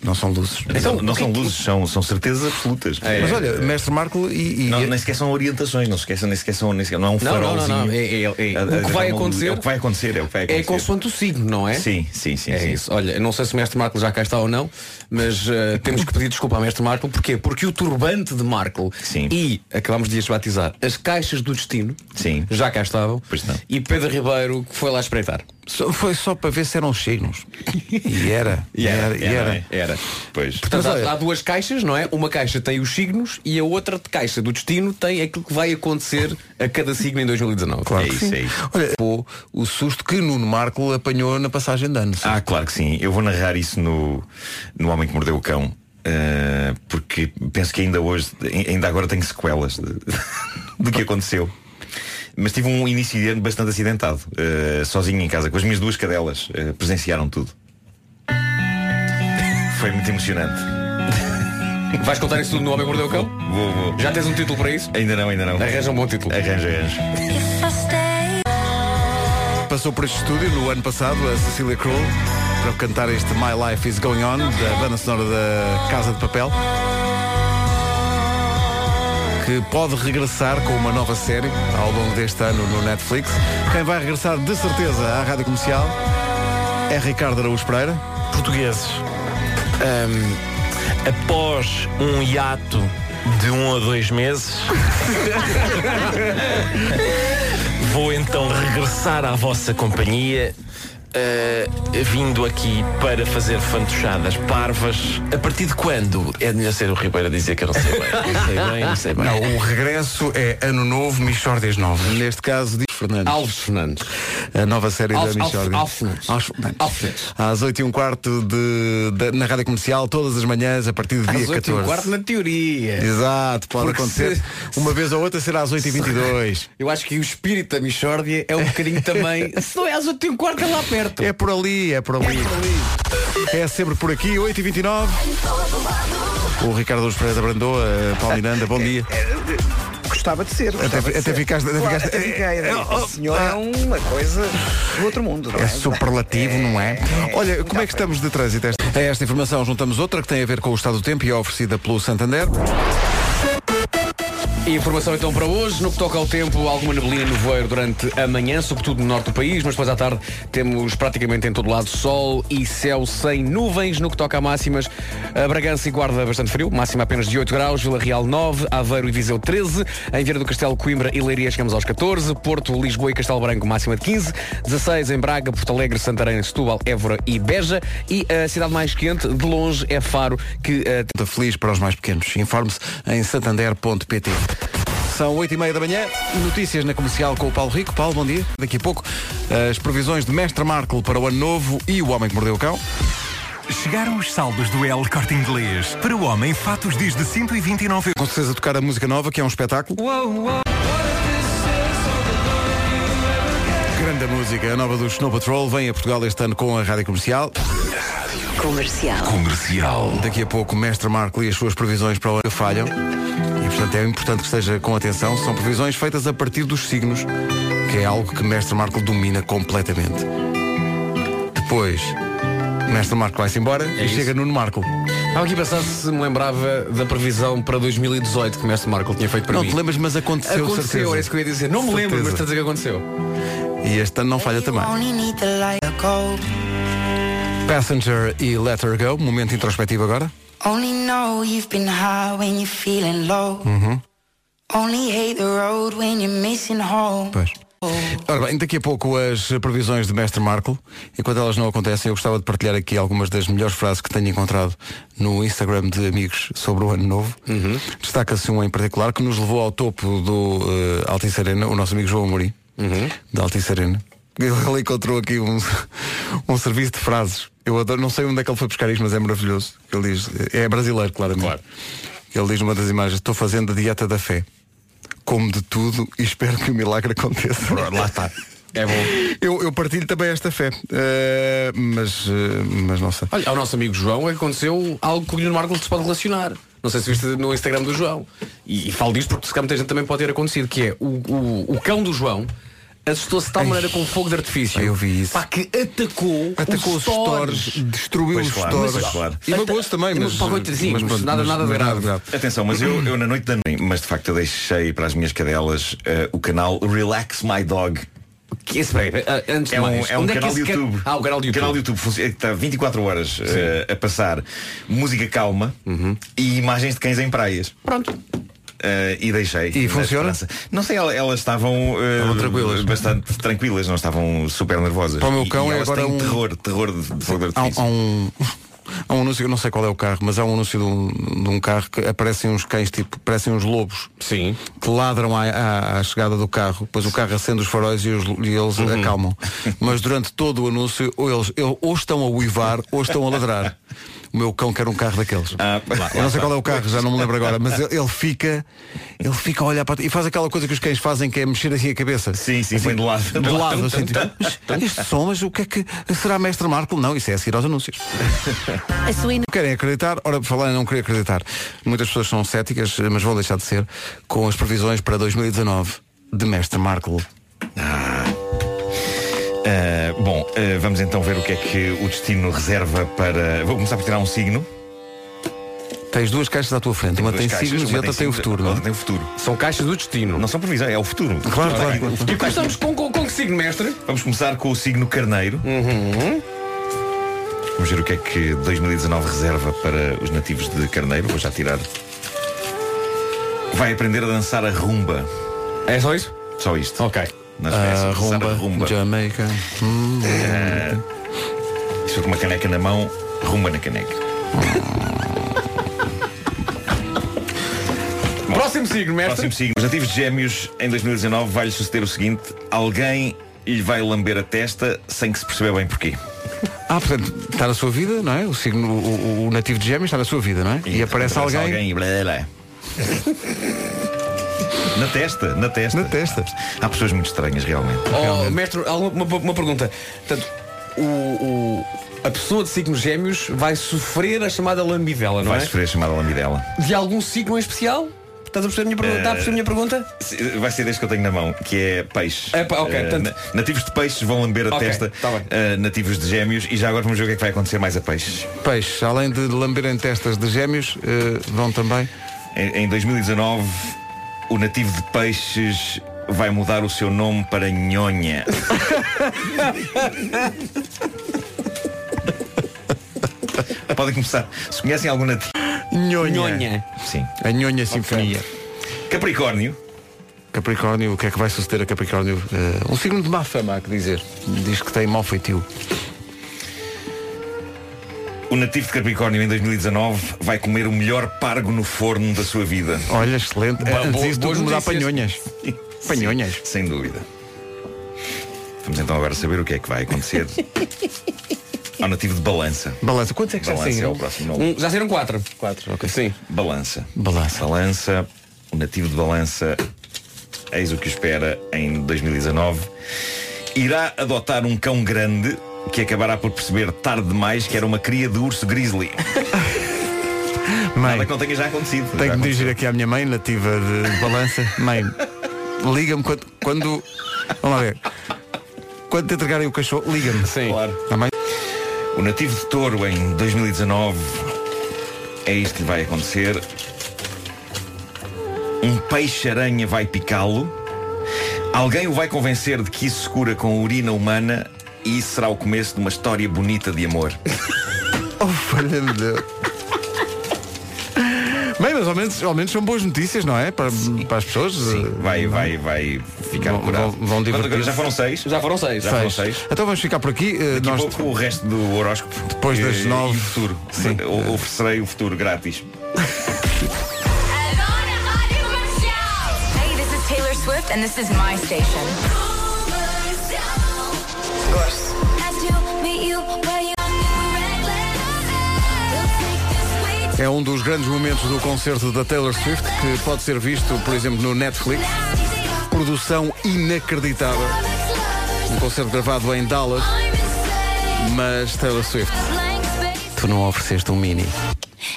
Não são luzes.
Então, não são luzes, são, são certezas absolutas.
Mas olha, mestre Marco e. e-
É,
é-
Não, nem sequer são orientações, não se esqueçam, nem sequer são, nem sequer, não é um
Não, não, não,
farolzinho.
não, é- é- é-
A- a-
o que vai
é
acontecer-
É o que vai acontecer, é o que vai
É
acontecer.
consoante o signo, não é?
Sim, sim, sim.
É
sim.
isso. Olha, eu não sei se o mestre Marco já cá está ou não, mas eh, temos que pedir desculpa ao mestre Marco. Porquê? Porque o turbante de Marco
Sim.
e, acabamos de as batizar, as caixas do destino
Sim.
já cá estavam.
Pois não.
E Pedro Ribeiro que foi lá espreitar.
só- foi só para ver se eram signos. E era. E era. E era.
Era, era. Pois.
Portanto,
Mas
há-
olha-
há, duas caixas, não é? Uma caixa tem os signos e a outra de caixa do destino tem aquilo que vai acontecer a cada signo em 2019.
Claro
É
que
isso,
sim.
é isso.
Olha, pô, o susto que Nuno Marco apanhou na passagem de ano. sim.
Ah, claro que sim. Eu vou narrar isso no, no Homem que Mordeu o Cão. eh, porque penso que ainda hoje, ainda agora tenho sequelas de- do que aconteceu. Mas tive um início de ano bastante acidentado, eh, sozinho em casa, com as minhas duas cadelas, eh, presenciaram tudo. Foi muito emocionante.
Vais contar isso tudo no Homem que Mordeu o Cão?
Vou, vou.
Já tens um título para isso?
Ainda não, ainda não.
Arranja um bom título.
Arranjo, arranjo.
Passou por este estúdio no ano passado a Cecília Cruel para cantar este My Life Is Going On da banda sonora da Casa de Papel que pode regressar com uma nova série ao longo deste ano no Netflix. Quem vai regressar de certeza à Rádio Comercial é Ricardo Araújo Pereira.
Portugueses, ahm, após um hiato de um a dois meses, vou então regressar à vossa companhia. ah, vindo aqui para fazer fantochadas parvas A partir de quando? É de melhor ser o Ribeiro a dizer que eu
um É
não sei bem Não sei bem, não sei bem
o regresso é Ano Novo, Michórdias Novas. Neste caso, diz Fernandes.
Alves Fernandes.
A nova série
Alf-
da Michordia.
Alf- Alfness. Alfness.
Às 8 e um quarto de, da- na Rádio Comercial, todas as manhãs, a partir do dia
Às 8 e
14.
um quarto na teoria.
Exato, pode
Porque
acontecer.
se-
Uma vez ou outra será às 8h22.
Eu acho que o espírito da Michórdia é um bocadinho também. Se não é às 8 e um quarto, é lá perto.
É por ali, é por ali. É sempre por aqui, 8h29. O Ricardo dos Pereira Brandou, a Paulo Miranda,
É.
bom dia.
Gostava de ser. Gostava
Até-
de
até
ser.
ficaste- até
Claro,
ficaste-
até fiquei.
É, oh,
O senhor é
ah.
uma coisa do outro mundo. não
É superlativo, não é? Olha, como é que estamos de trânsito? A esta informação juntamos outra que tem a ver com o estado do tempo e é oferecida pelo Santander.
E Informação então para hoje, no que toca ao tempo, alguma neblina no voeiro durante a manhã, sobretudo no norte do país, mas depois à tarde temos praticamente em todo lado sol e céu sem nuvens. No que toca a máximas, a Bragança e Guarda bastante frio, máxima apenas de 8 graus, Vila Real 9, Aveiro e Viseu 13, em Vieira do Castelo, Coimbra e Leiria chegamos aos 14, Porto, Lisboa e Castelo Branco máxima de 15, 16 em Braga, Porto Alegre, Santarém, Setúbal, Évora e Beja e a cidade mais quente de longe é Faro, que eh,
Está feliz para os mais pequenos. Informe-se em santander.pt. São 8 e meia da manhã, notícias na comercial com o Paulo Rico. Paulo, bom dia. Daqui a pouco, as previsões de Mestre Marco para o ano novo e o homem que mordeu o cão.
Chegaram os saldos do L Corte Inglês. Para o homem, fatos desde 129
Com certeza, tocar a música nova, que é um espetáculo. Grande música, a nova do Snow Patrol, vem a Portugal este ano com a rádio comercial.
Comercial.
Comercial.
Daqui a pouco, Mestre Marco e as suas previsões para o ano falham. E, portanto, é importante que esteja com atenção. São previsões feitas a partir dos signos, que é algo que Mestre Marco domina completamente. Depois, Mestre Marco vai-se embora e
É isso.
chega Nuno Marco.
Estava aqui a pensar se me lembrava da previsão para 2018 que o mestre Marco tinha feito para
não
mim.
te lembras, mas aconteceu, de
aconteceu,
certeza.
é isso que eu ia dizer. Não me lembro,
Certeza.
mas estás a dizer que aconteceu.
E este ano não falha também. Passenger e Let Her Go, momento introspectivo agora.
Only know you've been high when you're feeling low. Only hate the road when you're missing home.
Pois. Ora bem, daqui a pouco as previsões de Mestre Marco. Enquanto elas não acontecem, eu gostava de partilhar aqui algumas das melhores frases que tenho encontrado no Instagram de amigos sobre o Ano Novo. Destaca-se um em particular que nos levou ao topo do eh, Altice Arena, o nosso amigo João Amorim, da Altice Arena. Ele encontrou aqui um, um serviço de frases. Eu adoro, não sei onde é que ele foi buscar isto, mas é maravilhoso. Ele diz, é brasileiro, claramente. Ele diz numa das imagens, estou fazendo a dieta da fé. Como de tudo e espero que o milagre aconteça.
Lá está.
É bom.
Eu, eu partilho também esta fé, eh, mas, eh, mas não sei.
Olha, ao nosso amigo João é que aconteceu algo que o Nuno Marco se pode relacionar. Não sei se viste no Instagram do João. E, e falo disto porque se calhar muita gente também pode ter acontecido, que é o, o, o cão do João assustou-se de tal maneira com o fogo de artifício.
eu vi isso.
Pá, que atacou,
Atacou
os
os
stores.
stores, destruiu
Pois
os
claro,
stores.
pois claro.
E magoou-se também,
E
mas.
magoou coitadinhos,
mas pronto,
nada-
mas- é
nada de grave.
Atenção, mas eu, eu na noite da noite, mas de facto eu deixei para as minhas cadelas eh, o canal Relax My Dog.
Que esse, peraí, ah,
eh,
antes
É
de
um,
mais,
é um
onde
canal
é
de
que esse
YouTube.
Can... Ah, o canal de YouTube.
Canal de YouTube funci- está 24 horas eh, a passar música calma
Uhum.
e imagens de cães em praias.
Pronto.
Eh, e deixei.
E
Na
funciona?
esperança. Não sei, el- elas estavam, eh,
Estavam tranquilas.
bastante tranquilas, não estavam super nervosas.
Para o meu
E-
cão
e
é
elas
agora
têm
um-
terror, terror de, de fogo de
Há,
artifício.
há um. Há um anúncio, eu não sei qual é o carro, mas há um anúncio de um, de um carro que aparecem uns cães, tipo, parecem uns lobos
Sim.
que ladram à, à- à chegada do carro, depois o carro acende os faróis e, os- e eles
Uhum.
acalmam. Mas durante todo o anúncio, ou eles eu- ou estão a uivar ou estão a ladrar. O meu cão quer um carro daqueles.
Ah, pá,
eu não sei
lá
qual é o carro, já não me lembro agora, mas ele, ele fica, ele fica a olhar para e faz aquela coisa que os cães fazem, que é mexer assim a cabeça.
Sim, sim, põe de lado.
De lado, assim, tipo, "Mas este som, mas o que é que será mestre Marco? Não, isso é a seguir aos anúncios.
A sua in-
Querem acreditar? Ora, por falar em não querer acreditar, muitas pessoas são céticas, mas vão deixar de ser, com as previsões para 2019 de Mestre Marco.
Ah, bom, ah, vamos então ver o que é que o destino reserva para. Vou começar por tirar um signo.
Tens duas caixas à tua frente, uma
Duas
tem
caixas,
signos e
uma
outra tem o
signos,
futuro, não
outra
é?
tem o futuro.
São caixas do destino.
Não são previsões, é o futuro.
Claro,
Ora bem,
claro.
o futuro
E
está aqui.
começamos com, com, com que signo, mestre?
Vamos começar com o signo carneiro.
Uhum.
Vamos ver o que é que 2019 reserva para os nativos de carneiro. Vou já tirar. Vai aprender a dançar a rumba.
É só isso?
Só isto.
Ok.
Nas
Ah,
festas, dançar
rumba,
a rumba.
Jamaica. Hum.
Isto é com uma caneca na mão, rumba na caneca.
Próximo signo, mestre.
Próximo signo. Os nativos de gêmeos em 2019 vai-lhe suceder o seguinte. Alguém lhe vai lamber a testa sem que se perceba bem porquê.
Ah, portanto, está na sua vida, não é? O signo, o, o- o nativo de gêmeos está na sua vida, não é? E, aparece, alguém,
e blá, blá. Na testa, na testa.
na testa.
Há pessoas muito estranhas realmente.
Oh, mestre, há uma, uma- uma pergunta. Portanto, o, o- a pessoa de signos gêmeos vai sofrer a chamada lambidela, não
Vai
é?
sofrer a chamada lambidela.
De algum signo em especial? Estás a perceber a minha pergunta? Está a
Eh,
perceber a minha pergunta?
Se- Vai ser este que eu tenho na mão, que é peixe.
É pa- ok,
Eh,
portanto-
na- nativos de peixes vão lamber a
Ok,
testa.
tá bem.
eh, nativos de gêmeos. E já agora vamos ver o que é que vai acontecer mais a peixes.
Peixe, além de lamberem testas de gêmeos, eh, vão também.
Em, em 2019, o nativo de peixes vai mudar o seu nome para Nhonha. Podem começar. Se conhecem algum nativo.
Nhonha.
Nhonha.
Sim.
A Nhonha Sinfonia.
Capricórnio.
Capricórnio, o que é que vai suceder a Capricórnio? Eh, um signo de má fama, há que dizer. Diz que tem mau feitio.
O nativo de Capricórnio em 2019 vai comer o melhor pargo no forno da sua vida.
Olha, excelente.
Boa-
Antes
boa-
disso,
boas
tudo mudar
notícias.
panhonhas. Panhonhas.
Sem dúvida. Vamos então agora saber o que é que vai acontecer ao nativo de balança.
Balança. Quantos é que já
Balança é o
saíram?
próximo nome.
Um, já saíram quatro. Quatro, ok. Sim.
Balança.
Balança.
Balança. O nativo de balança, eis o que espera em 2019. Irá adotar um cão grande que acabará por perceber tarde demais que era uma cria de urso grizzly. Nada
Mãe,
que não tenha já acontecido.
tenho que
Já
me
aconteceu.
dirigir aqui à minha mãe, nativa de balança. Mãe, liga-me quando, quando. Vamos lá ver. Quando te entregarem o cachorro, liga-me.
Sim.
Claro.
Tá bem?
O nativo de touro em 2019 é isto que lhe vai acontecer. Um peixe-aranha vai picá-lo. Alguém o vai convencer de que isso se cura com urina humana e isso será o começo de uma história bonita de amor.
Oh, falha-me Deus. Bem, mas ao menos, ao menos são boas notícias, não é? Para, para as pessoas. eh,
Vai, vai, vai ficar
Vão-
curado.
vão- vão divertir-se.
Agora já foram seis.
Já foram seis.
Já foram seis.
Então vamos ficar por aqui. eh,
Daqui a
nós
pouco o resto do horóscopo.
Depois
eh,
das nove.
E o futuro.
Sim.
O- Oferecerei o futuro grátis.
Adoro a Rádio Comercial. Hey, this is Taylor Swift and this is my station.
É um dos grandes momentos do concerto da Taylor Swift que pode ser visto, por exemplo, no Netflix. Produção inacreditável. Um concerto gravado em Dallas, mas Taylor Swift, tu não ofereceste um mini.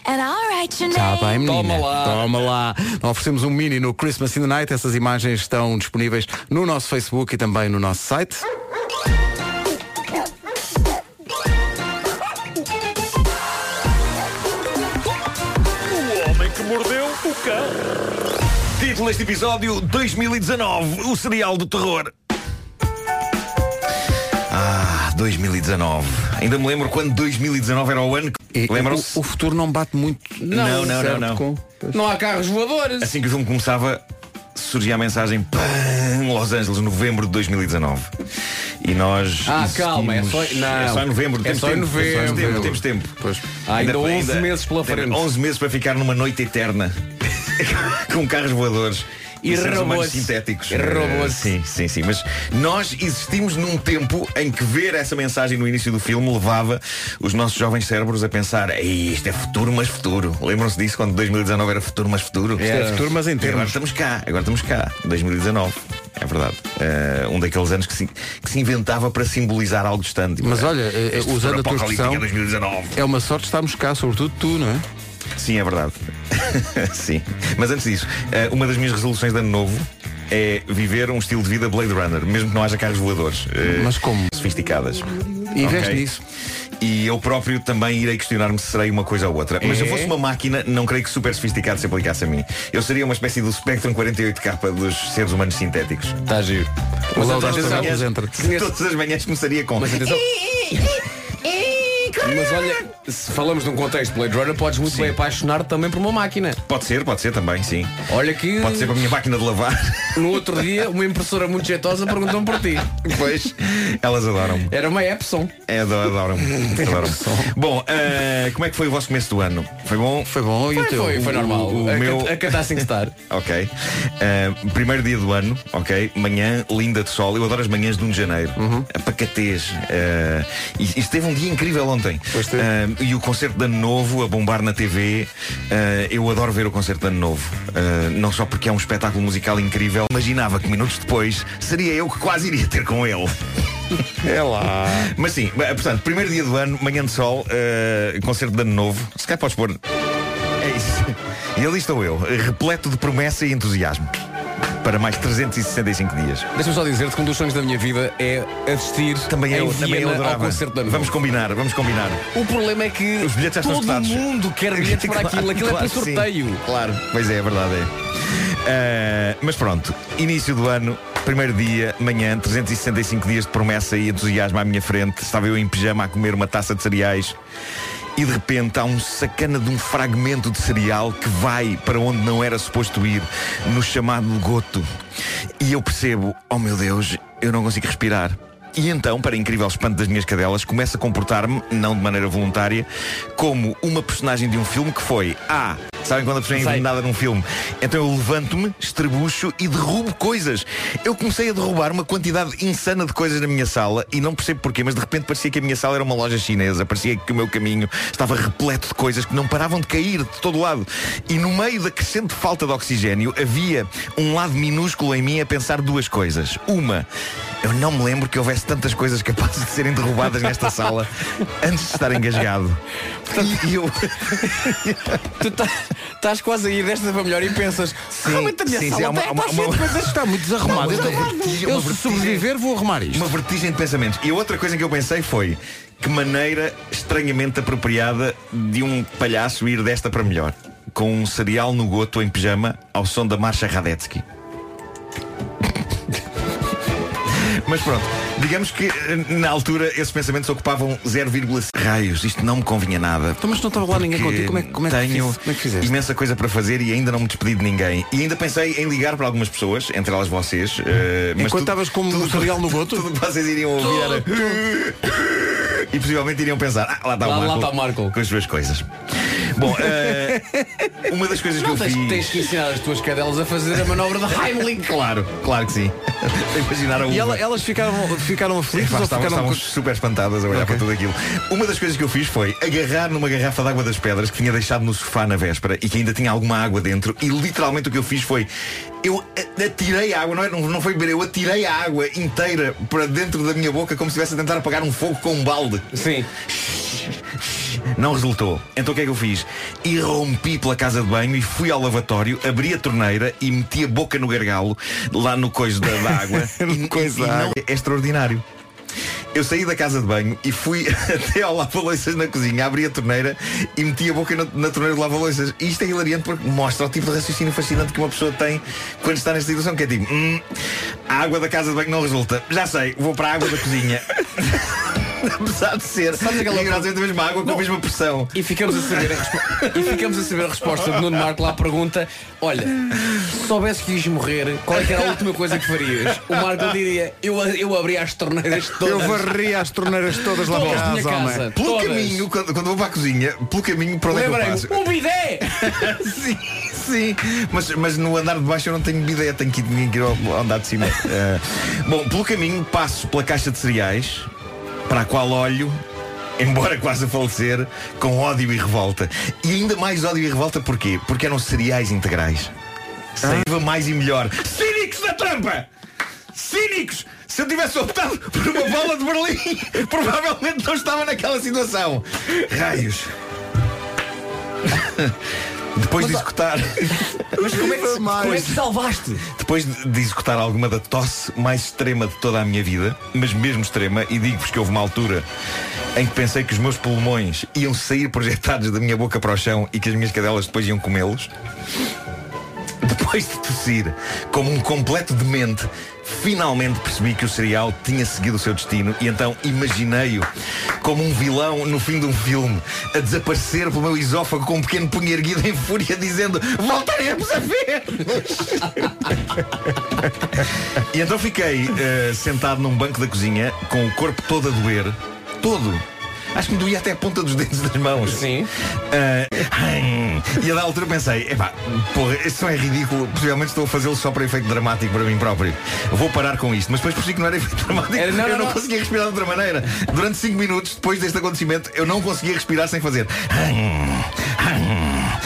And I
write your
Está bem,
name.
menina. Toma lá. Nós oferecemos um mini no Christmas in the Night. Essas imagens estão disponíveis no nosso Facebook e também no nosso site.
O homem que mordeu o cão.
Título deste episódio 2019, o serial do terror. Ah, 2019. Ainda me lembro quando 2019 era o ano que.
É,
Lembram-se?
O, o futuro não bate muito.
Não, não,
certo,
não, não.
com-
Não há carros voadores.
Assim que o filme começava, surgia a mensagem "Pam, Los Angeles, novembro de 2019. E nós.
Ah, calma, é só-
insistimos-
não.
é só em novembro.
É
Temos
só em
tempo,
novembro.
Temos tempo, temos tempo.
Há ainda 11 meses pela
temos
frente.
11 meses para ficar numa noite eterna com carros voadores.
E
seres humanos
robôs.
sintéticos.
E robôs.
Eh, Sim, sim, sim. Mas nós existimos num tempo em que ver essa mensagem no início do filme levava os nossos jovens cérebros a pensar "Ei, isto é futuro, mas futuro. Lembram-se disso quando 2019 era futuro, mas futuro?
Isto é futuro, mas em termos.
Agora estamos cá, agora estamos cá. 2019. É verdade. Eh, um daqueles anos que se, que se inventava para simbolizar algo distante.
Mas
Eh,
olha, eh,
este
usando
futuro
a tua
apocalíptico
expressão,
é 2019.
É uma sorte estarmos cá, sobretudo tu, não é?
Sim, é verdade. Sim. Mas antes disso, eh, uma das minhas resoluções de ano novo é viver um estilo de vida Blade Runner, mesmo que não haja carros voadores. Mas
como?
Sofisticadas.
Investe
Ok?
nisso.
E eu próprio também irei questionar-me se serei uma coisa ou outra. Mas se eu
É?
fosse uma máquina, não creio que super sofisticado se aplicasse a mim. Eu seria uma espécie do Spectrum 48K dos seres humanos sintéticos.
Está giro.
Mas
Olá,
todas,
Dr.
as
Carlos
manhãs,
entra.
todas as manhãs começaria com.
Mas atenção. Mas olha, se falamos num contexto Blade Runner, podes muito bem apaixonar também por uma máquina.
Pode ser, pode ser também, sim.
Olha que.
Pode ser para a minha máquina de lavar.
No outro dia, uma impressora muito jeitosa perguntou-me por ti.
Pois, elas adoram-me.
Era uma Epson.
É, adoro- adoram-me. adoram-me. Bom, eh, como é que foi o vosso começo do ano? Foi bom?
Foi bom
e o Foi, teu? foi, foi normal.
O, o
A
meu...
cat- a catar sem estar.
ok. Eh, primeiro dia do ano, ok. Manhã linda de sol. Eu adoro as manhãs de 1 de janeiro.
Uhum.
A pacatez. Eh, e- isto teve um dia incrível ontem. Eh, e o concerto de ano novo a bombar na TV. Eh, eu adoro ver o concerto de ano novo. Eh, não só porque é um espetáculo musical incrível. Imaginava que minutos depois seria eu que quase iria ter com ele.
É lá.
Mas sim, bem, portanto, primeiro dia do ano, manhã de sol, eh, concerto de ano novo. Se calhar podes pôr. É isso. E ali estou eu, eh, repleto de promessa e entusiasmo. Para mais 365 dias.
Deixa-me só dizer-te que um dos sonhos da minha vida é assistir
Também
em
eu,
Viena
também eu
ao
adorava.
concerto da
Vamos combinar, vamos combinar.
O problema é que
Os bilhetes já estão
todo
esgotados.
mundo quer bilhetes para aquilo. Aquilo é
Claro,
para
sim.
sorteio.
Claro, pois é, é verdade é. Eh, mas pronto, início do ano, primeiro dia, manhã, 365 dias de promessa e entusiasmo à minha frente. Estava eu em pijama a comer uma taça de cereais e de repente há um sacana de um fragmento de cereal que vai para onde não era suposto ir, no chamado goto. E eu percebo, oh meu Deus, eu não consigo respirar. E então, para incrível espanto das minhas cadelas, começo a comportar-me, não de maneira voluntária, como uma personagem de um filme que foi A. Sabem quando a pessoa é envenenada num filme? Então eu levanto-me, estrebucho e derrubo coisas. Eu comecei a derrubar uma quantidade insana de coisas na minha sala e não percebo porquê, mas de repente parecia que a minha sala era uma loja chinesa, parecia que o meu caminho estava repleto de coisas que não paravam de cair de todo lado. E no meio da crescente falta de oxigênio havia um lado minúsculo em mim a pensar duas coisas. Uma, eu não me lembro que houvesse tantas coisas capazes de serem derrubadas nesta sala antes de estar engasgado. E- e eu.
Tu tá- estás quase aí desta para melhor e pensas, realmente a minha
sim,
sala
sim, há
uma,
uma- há uma- há uma-
coisas está muito desarrumada. Então,
Não, mas é uma vertigem, uma
Eu se
vertigem.
sobreviver vou arrumar isto.
Uma vertigem de pensamentos. E outra coisa que eu pensei foi que maneira estranhamente apropriada de um palhaço ir desta para melhor. Com um cereal no goto em pijama ao som da marcha Radetzky. Mas pronto, digamos que eh, na altura esses pensamentos ocupavam 0,5 raios. Isto não me convinha nada.
Então, Mas não estava lá ninguém
Porque
contigo. Como é, que- como é que
tenho
fiz- como é que fizeste?
imensa coisa para fazer e ainda não me despedi de ninguém. E ainda pensei em ligar para algumas pessoas, entre elas vocês. eh, mas
Enquanto
tudo-
estavas com o cereal no goto?
tudo que vocês iriam ouvir era... E possivelmente iriam pensar, ah, lá está
Lá-
o
lá
Marco.
está o Marco.
Com as suas coisas. Bom, eh, uma das coisas
Não
que eu
tens,
fiz...
tens que ensinar as tuas cadelas a fazer a manobra da Heimlich.
Claro, claro que sim. Imaginar a
E
uva.
ela- elas ficaram, ficaram
Epá,
aflitas ou
estavam,
ficaram
estavam super espantadas a olhar para tudo aquilo. Uma das coisas que eu fiz foi agarrar numa garrafa de água das pedras que tinha deixado no sofá na véspera e que ainda tinha alguma água dentro e literalmente o que eu fiz foi eu a- atirei a água, não, é, não, não foi beber, eu atirei a água inteira para dentro da minha boca como se estivesse a tentar apagar um fogo com um balde.
Sim.
Não resultou. Então o que é que eu fiz? Irrompi pela casa de banho e fui ao lavatório, abri a torneira e meti a boca no gargalo, lá no coiso da, da água. e, e não- é extraordinário. Eu saí da casa de banho e fui até ao lava-loiças na cozinha, abri a torneira e meti a boca na, na torneira do lava-loiças. E isto é hilariante porque mostra o tipo de raciocínio fascinante que uma pessoa tem quando está nesta situação, que é tipo, "Hum, a água da casa de banho não resulta. Já sei, vou para a água da cozinha. Apesar de ser
Sabes aquela-
rigorosamente a mesma água com a mesma pressão.
E ficamos a saber a, respo- e ficamos a saber a resposta de Nuno Marco lá à pergunta Olha, se soubesse que ias morrer, qual é que era a última coisa que farias? O Marco diria, eu, eu abri as torneiras todas
Eu varri as torneiras todas lá
Todas,
para
minha
casa,
casa.
homem.
Pelo
Todas.
caminho, quando, quando vou para a cozinha, pelo caminho para onde é que eu passo?
Lembrei-me, um bidé!
sim, sim. Mas, mas no andar de baixo eu não tenho ideia, tenho que ir, tenho que ir ao, ao andar de cima. Eh, bom, pelo caminho passo pela caixa de cereais, para a qual olho, embora quase a falecer, com ódio e revolta. E ainda mais ódio e revolta porquê? Porque eram cereais integrais. Saiba mais e melhor. Cínicos da trampa! Cínicos! Se eu tivesse optado por uma bola de Berlim, provavelmente não estava naquela situação. Raios! Depois de escutar.
Mas como é que, como é que salvaste?
Depois de de executar alguma da tosse mais extrema de toda a minha vida, mas mesmo extrema, e digo-vos que houve uma altura em que pensei que os meus pulmões iam sair projetados da minha boca para o chão e que as minhas cadelas depois iam comê-los. Depois de tossir, como um completo demente, finalmente percebi que o cereal tinha seguido o seu destino e então imaginei-o como um vilão no fim de um filme a desaparecer pelo meu esófago com um pequeno punho erguido em fúria dizendo voltaremos a ver! E então fiquei eh, sentado num banco da cozinha com o corpo todo a doer. Todo. Acho que me doía até a ponta dos dedos das mãos. Sim. Ah, hum. e a da altura pensei, epá, porra, este som é ridículo, possivelmente estou a fazê-lo só para efeito dramático para mim próprio. Vou parar com isto. Mas depois percebi que não era efeito dramático.
Era- não,
eu
não,
não,
não.
conseguia respirar de outra maneira. Durante 5 minutos, depois deste acontecimento, eu não conseguia respirar sem fazer. hum,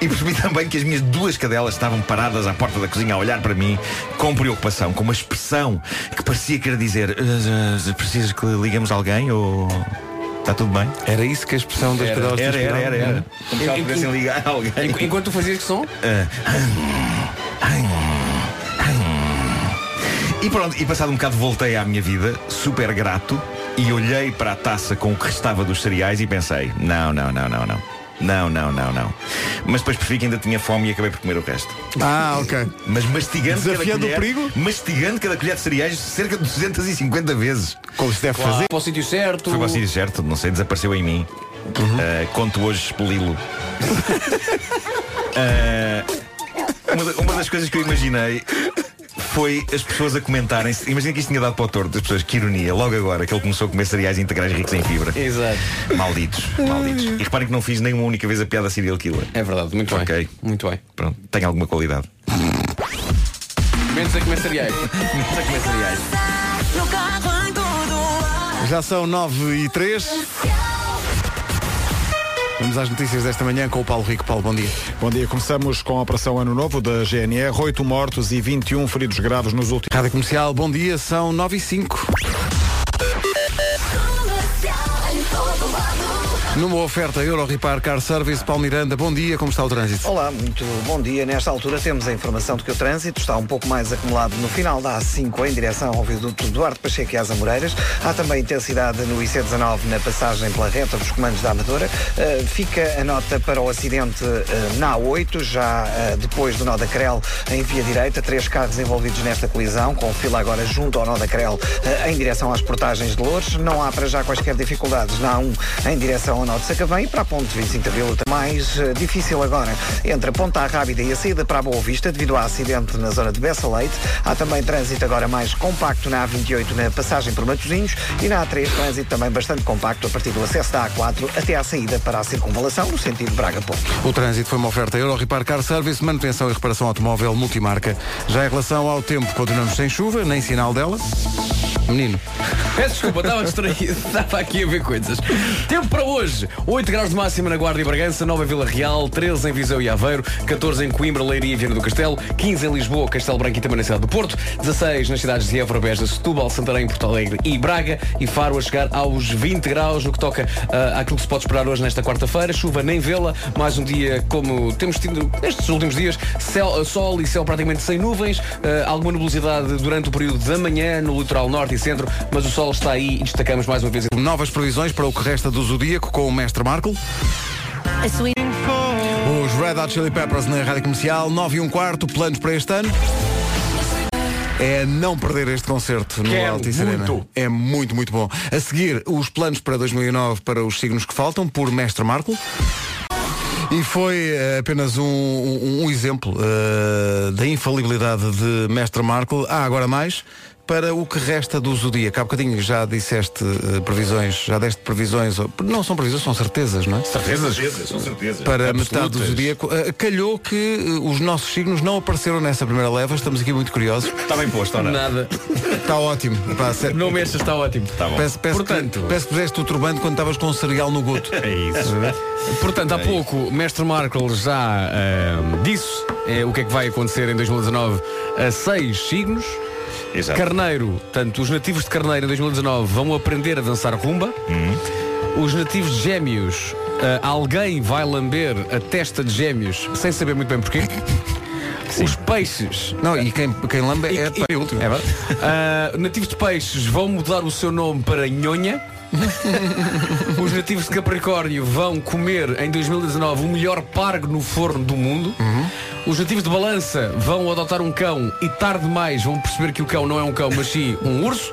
E percebi também que as minhas duas cadelas estavam paradas à porta da cozinha a olhar para mim com preocupação, com uma expressão que parecia querer dizer "Eh, eh, precisas que ligamos alguém ou está tudo bem?
Era isso que a expressão das
Era,
cadelas
era,
te
era,
inspirava?
era, era. Como se elas
Em-
pudessem ligar a alguém.
Enqu- Enquanto tu fazias que som?
Ah. E pronto, e passado um bocado voltei à minha vida, super grato, e olhei para a taça com o que restava dos cereais e pensei, não, não, não, não, não. Não, não, não, não. Mas depois percebi que ainda tinha fome e acabei por comer o resto.
Ah, ok.
Mas mastigando cada
Desafiando
colher,
o perigo?
mastigando cada colher de cereais cerca de 250 vezes.
Como se deve
Claro.
fazer.
Para o sítio certo.
Foi
Tipo,
para o sítio certo, não sei, desapareceu em mim. Ah, conto hoje expeli-lo. Ah, uma, da- uma das coisas que eu imaginei foi as pessoas a comentarem. Imagina que isto tinha dado para o torto das pessoas, que ironia, logo agora que ele começou a comer cereais integrais ricos em fibra.
Exato.
Malditos, malditos. E reparem que não fiz nenhuma única vez a piada serial killer.
É verdade, muito
ok.
bem. Muito bem.
Pronto, tem alguma qualidade.
Menos a comer cereais.
Menos a comer cereais.
No carro em todo
Já são 9 e 3. Vamos às notícias desta manhã com o Paulo Rico. Paulo, bom dia.
Bom dia, começamos com a Operação Ano Novo da GNR, 8 mortos e 21 feridos graves nos últimos.
Rádio Comercial, bom dia, são 9 e 5. Numa oferta Euro Repar Car Service, Paulo Miranda, bom dia, como está o trânsito?
Olá, muito bom dia. Nesta altura temos a informação de que o trânsito está um pouco mais acumulado no final da A5 em direção ao viaduto Duarte Pacheco e às Amoreiras. Há também intensidade no IC19 na passagem pela reta dos comandos da Amadora. Eh, fica a nota para o acidente eh, na A8, já eh, depois do nó da Crel em via direita. Três carros envolvidos nesta colisão, com fila agora junto ao nó da Crel eh, em direção às portagens de Lourdes. Não há para já quaisquer dificuldades na A1 em direção ao nó de Sacavém e para a ponte 25 de Abril. Mais eh, difícil agora entre a Ponta Rábida e a saída para a Boa Vista devido ao acidente na zona de Bessa Leite. Há também trânsito agora mais compacto na A28 na passagem por Matosinhos e na A3 trânsito também bastante compacto a partir do acesso da A4 até à saída para a circunvalação no sentido Braga-Porto.
O trânsito foi uma oferta Euro Repar Car Service, manutenção e reparação automóvel multimarca. Já em relação ao tempo, continuamos sem chuva, nem sinal dela. menino.
Peço desculpa, estava distraído, estava aqui a ver coisas. Tempo para hoje: 8 graus de máxima na Guarda e Bragança, 9 em Vila Real, 13 em Viseu e Aveiro, 14 em Coimbra, Leiria e Viana do Castelo, 15 em Lisboa, Castelo Branco e também na cidade do Porto, 16 nas cidades de Évora, Beja, Setúbal, Santarém, Porto Alegre e Braga e Faro a chegar aos 20 graus, no que toca ah, àquilo que se pode esperar hoje nesta quarta-feira. Chuva nem vê-la, mais um dia como temos tido nestes últimos dias, céu- ah, sol e céu praticamente sem nuvens, ah, alguma nebulosidade durante o período da manhã no litoral norte e centro, mas o sol está aí e destacamos mais uma vez.
Novas previsões para o que resta do Zodíaco com o Mestre Marco.
A sua...
Os Red Hot Chili Peppers na Rádio Comercial, 9 e 1 quarto, planos para este ano. É não perder este concerto no
Quero
Altice Arena.
muito.
É muito, muito bom. A seguir, os planos para 2009 para os signos que faltam, por Mestre Marco. E foi eh, apenas um, um- um exemplo eh, da infalibilidade de Mestre Marco. Há agora mais para o que resta do Zodíaco. Há bocadinho já disseste eh, previsões, já deste previsões, ou- não são previsões, são certezas, não é?
são certezas.
para a metade do zodíaco. Ah, calhou que ah, os nossos signos não apareceram nessa primeira leva, estamos aqui muito curiosos.
Está bem posto, ou não?
Nada.
Está ótimo. Pá, sério.
Não mexas, está ótimo.
Tá
Peço, peço
Portanto-
que, peço que puseste o turbante quando estavas com o cereal no goto.
É isso. É
Portanto, há pouco, o Mestre Markle já ahm, disse eh, o que é que vai acontecer em 2019 a seis signos.
Exato.
Carneiro, tanto os nativos de Carneiro em 2019 vão aprender a dançar rumba. Os nativos de Gêmeos, ah, alguém vai lamber a testa de Gêmeos sem saber muito bem porquê. Os peixes.
Não, e quem, quem lambe é para último.
É verdade. Ah, nativos de peixes vão mudar o seu nome para Nhonha. Os nativos de Capricórnio vão comer em 2019 o melhor pargo no forno do mundo. Os nativos de Balança vão adotar um cão e tarde mais vão perceber que o cão não é um cão, mas sim um urso.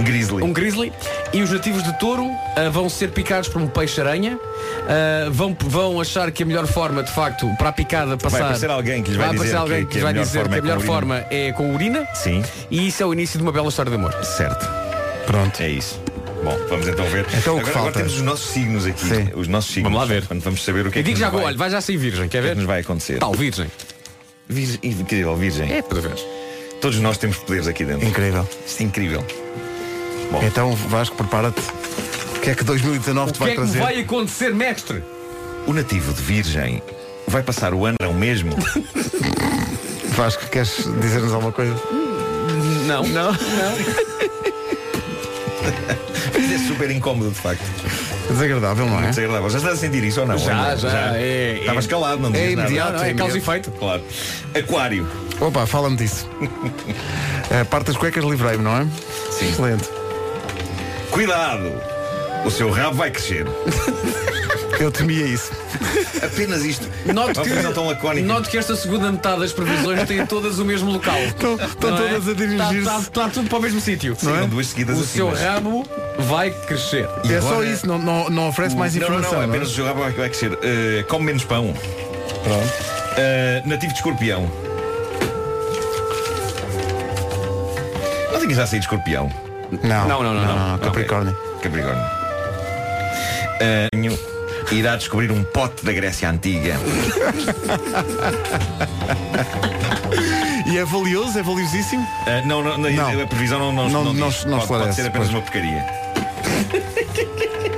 grizzly.
Um grizzly. E os nativos de touro ah, vão ser picados por um peixe-aranha. Ah, vão, vão achar que a melhor forma, de facto, para a picada passar.
aparecer alguém que lhes vai
aparecer
dizer
alguém
que-
que
que
lhes
a
vai
melhor
dizer
forma
que a
é com
melhor
urina.
forma é com urina.
Sim.
E isso é o início de uma bela história de
é
amor.
Certo.
Pronto.
É isso. Bom, vamos então ver.
Então, o
agora,
que
agora
falta?
temos os nossos signos aqui.
Sim.
Os nossos signos.
Vamos lá ver.
Portanto, vamos saber o
E
que é que
digo já,
nos vai...
olha, vai já sem virgem, quer
o que é
ver?
que nos vai acontecer.
Tal virgem.
Virgem, incrível, virgem.
É, toda vez.
Todos nós temos poderes aqui dentro.
Incrível.
Isto é incrível.
Então Vasco, prepara-te. O que é que 2019 te
O que
vai
é que
trazer?
vai
acontecer, mestre?
O nativo de virgem vai passar o ano não mesmo?
Vasco, queres dizer-nos alguma coisa?
Não. Não.
Mas é super incómodo, de facto.
Desagradável, não é?
Desagradável. Já estás a sentir isso ou não?
Já,
Ainda?
já, é-
Estavas
é-
calado, não
é
dizias nada.
imediato, Não, não, é é causa e imediato.
Claro. Aquário.
Opa, fala-me disso. A parte das cuecas livrei-me, não é? Sim. Excelente.
Cuidado! O seu rabo vai crescer.
Eu temia isso.
Apenas isto.
Note
Uma previsão tão
que,
lacónica.
note que esta segunda metade das previsões têm todas o mesmo local. é?
Estão todas a dirigir-se.
Está, tá, tudo para o mesmo sítio.
Sim, não é? duas seguidas
O
assim,
seu
mas-
rabo vai crescer.
E É só agora- isso,
não, não, não é oferece
Não, Não, não, apenas o seu rabo vai- vai crescer. Eh, come menos pão. Pronto. nativo de escorpião. Não tinha já saído escorpião.
Não. Ah, Não, não, não, não. não, Capricórnio.
Capricórnio. Ah, nenhum. irá descobrir um pote da Grécia Antiga.
E é valioso, é valiosíssimo?
Ah, não, não, não,
Não.
a previsão não, não,
Não-
não,
não-
diz.
não
pode, pode
esclarece,
ser apenas
pois.
uma porcaria.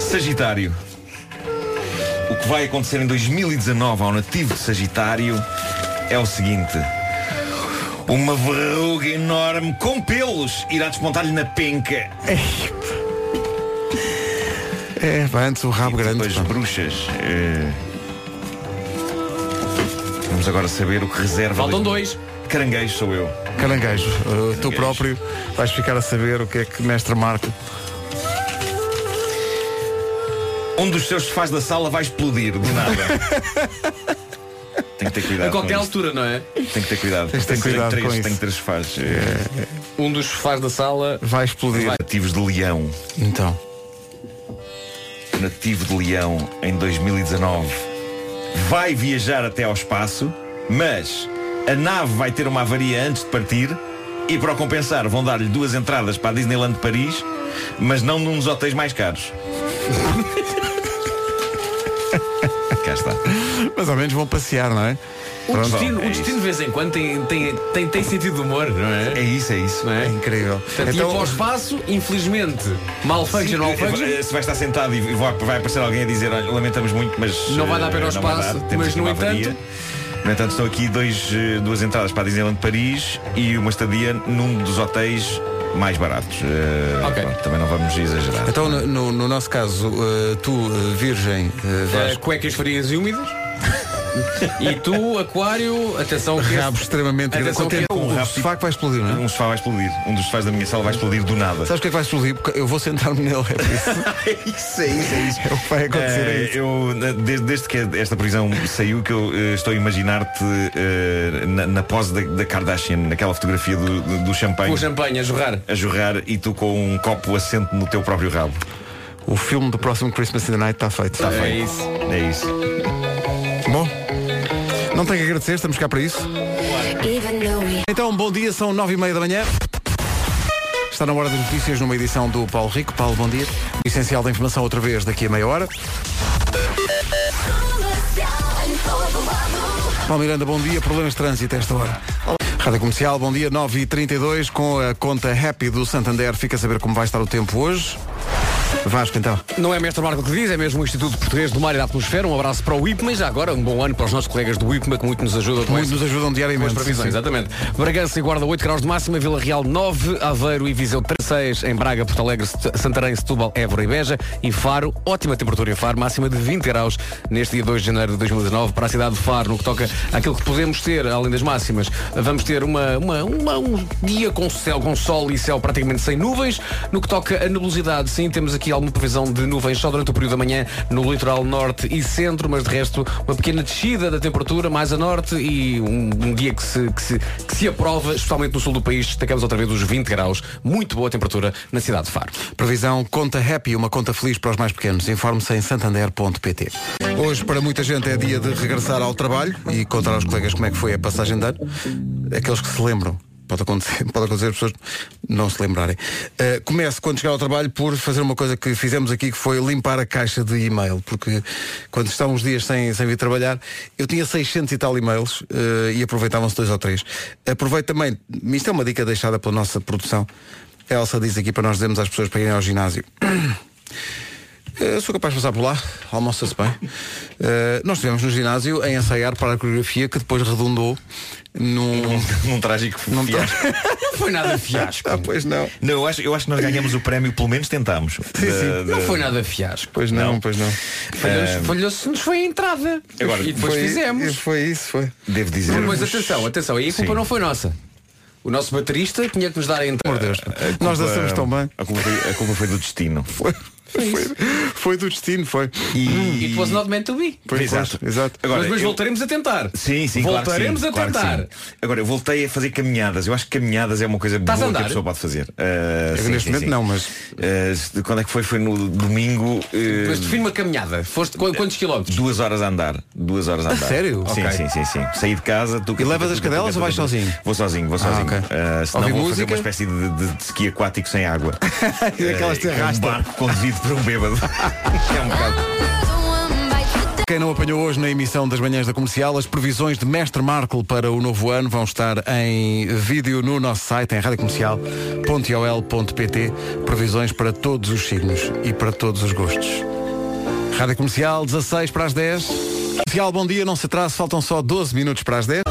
Sagitário. O que vai acontecer em 2019 ao nativo de Sagitário é o seguinte. Uma verruga enorme com pelos irá despontar-lhe na penca.
É, vai antes o rabo grande.
As bruxas. eh, Vamos agora saber o que reserva.
Faltam
dois.
Caranguejo sou eu.
Caranguejo, uh, tu próprio vais ficar a saber o que é que mestre Marco.
Um dos seus sofás da sala vai explodir do nada. Tem que ter cuidado.
A qualquer
com isto.
altura, não é?
Tem que ter cuidado.
Um Tens de ter
Tem que
cuidado
três,
com isso. É.
Tem que ter sofás.
Um dos sofás da sala
vai explodir.
Nativos de Leão.
Então.
Nativo de Leão em 2019 vai viajar até ao espaço, mas a nave vai ter uma avaria antes de partir e para o compensar vão dar-lhe duas entradas para a Disneyland de Paris, mas não num dos hotéis mais caros. Cá está.
Mas ao menos vão passear, não é?
O
Pronto.
destino, o destino de vez em quando tem, tem, tem, tem sentido de humor, não é?
É isso, é isso.
Não é?
incrível. Então,
Portanto, ia para o espaço, infelizmente, malfunction,
Sim,
malfunction.
eh, Se vai estar sentado e vai vai aparecer alguém a dizer, olha, lamentamos muito, mas.
Não vai dar
eh,
pena ao
não vai
espaço,
dar, temos
mas,
aqui
no
uma
entanto-
avaria." No entanto, estão aqui dois, eh, duas entradas para a Disneyland Paris e uma estadia num dos hotéis mais baratos. Eh, pronto, também não vamos exagerar.
Então, no, no- no nosso caso, eh, tu, eh, virgem, eh,
Eh,
Vasco,
cuecas frias e úmidas. e tu, aquário, atenção que.
rabo extremamente grande.
É, atenção
Com
que
tempo,
um
o
rabo-
sofá que vai explodir, não é?
Um sofá vai explodir. Um dos sofás da minha sala vai explodir do nada.
Sabes o que é que vai explodir? Porque eu vou sentar-me nele. é por isso.
isso, é isso, é isso.
É o que vai acontecer. é
Eh,
isso.
eu, eh, desde, desde que esta prisão saiu, que eu eh, estou a imaginar-te eh, na, na pose da, da Kardashian, naquela fotografia do, do, do champanhe.
Com o champanhe a jorrar.
A jorrar e tu com um copo assente no teu próprio rabo.
O filme do próximo Christmas in the Night está feito.
Está
É
feito.
isso.
É isso.
Bom, não tenho que agradecer, estamos cá para isso. Então, bom dia, são nove e meia da manhã. Está na hora das notícias numa edição do Paulo Rico. Paulo, bom dia. O Essencial da informação outra vez daqui a meia hora. Paulo Miranda, bom dia. Problemas de trânsito a esta hora. Rádio Comercial, bom dia, 9h32, com a conta Happy do Santander. Fica a saber como vai estar o tempo hoje. Vasco, então.
Não é mestre Marco que diz, é mesmo o Instituto Português do Mar e da Atmosfera. Um abraço para o IPMA e já agora um bom ano para os nossos colegas do IPMA que muito nos ajudam com
Muito
esse-
nos ajudam
com as
diariamente.
previsões.
Sim, sim.
Exatamente. Bragança e Guarda 8 graus de máxima, Vila Real 9, Aveiro e Viseu 6, em Braga, Porto Alegre, Set- Santarém, Setúbal, Évora e Beja e Faro. Ótima temperatura em Faro, máxima de 20 graus neste dia 2 de janeiro de 2019 para a cidade de Faro. No que toca àquilo que podemos ter, além das máximas, vamos ter uma, uma- uma- um dia com céu, com sol e céu praticamente sem nuvens. No que toca à nebulosidade, sim, temos aqui alguma previsão de nuvens só durante o período da manhã no litoral norte e centro, mas de resto uma pequena descida da temperatura mais a norte e um, um dia que se, que, se, que se aprova, especialmente no sul do país, destacamos outra vez os 20 graus. Muito boa temperatura na cidade de Faro.
Previsão Conta Happy, uma conta feliz para os mais pequenos. Informe-se em santander.pt. Hoje, para muita gente, é dia de regressar ao trabalho e contar aos colegas como é que foi a passagem de ano. Aqueles que se lembram. Pode acontecer, pode acontecer as pessoas não se lembrarem. Uh, comece quando chegar ao trabalho por fazer uma coisa que fizemos aqui, que foi limpar a caixa de e-mail, porque quando estávamos uns dias sem, sem vir trabalhar, eu tinha 600 e tal e-mails uh, e aproveitavam-se dois ou três. Aproveito também, isto é uma dica deixada pela nossa produção, a Elsa diz aqui para nós dizermos às pessoas para irem ao ginásio. Eu sou capaz de passar por lá, almoça-se bem. Eh, nós estivemos no ginásio a ensaiar para a coreografia que depois redundou num.
Num trágico
num
fiasco.
Não foi nada fiasco.
Ah, pois não.
Não, eu acho, eu acho que nós ganhamos o prémio, pelo menos Eh, tentámos. Da- da-
Não foi nada fiasco.
Pois não,
Não.
pois não.
Eh,
Falhou-se, nos foi a entrada.
Agora,
e depois
foi,
fizemos.
Foi isso, foi.
Devo dizer.
Mas atenção, atenção, aí a culpa
Sim.
não foi nossa. O nosso baterista tinha que nos dar a
Por
entrada.
Deus. Nós dançamos tão bem.
A culpa foi, a culpa é foi do destino.
Foi, foi, foi do destino, foi.
E...
It was not meant to be.
Foi
Exato.
claro, exato.
Agora,
mas mas
eu-
voltaremos a tentar.
Sim, sim, claro que
Voltaremos
sim,
a
claro que
tentar.
sim. Agora, eu voltei a fazer caminhadas. Eu acho que caminhadas é uma coisa
Estás a
boa que a
andar?
pessoa pode fazer. Ah, sim,
neste
sim,
momento
sim.
não, mas-
Ah, se- quando é que foi? Foi no domingo. ah,
Mas define uma caminhada. Foste qu- quantos quilómetros?
Duas horas a andar. Duas horas a andar.
sério?
Sim,
Ok.
sim, sim, sim. Saí de casa, tu
E levas as cadelas ou vais sozinho?
Vou sozinho, vou sozinho.
ok.
Ah, senão
Ouvi
vou fazer
música?
uma espécie de, de- de ski aquático sem água.
E daquelas que
Ah, é um
arrastam.
barco conduzido por um bêbado. é um bocado.
Quem não apanhou hoje na emissão das manhãs da comercial, as previsões de Mestre Marco para o novo ano vão estar em vídeo no nosso site, em radiocomercial.ol.pt. Previsões para todos os signos e para todos os gostos. Rádio Comercial, 16 para as 10. Comercial, bom dia, não se atrase, faltam só 12 minutos para as 10.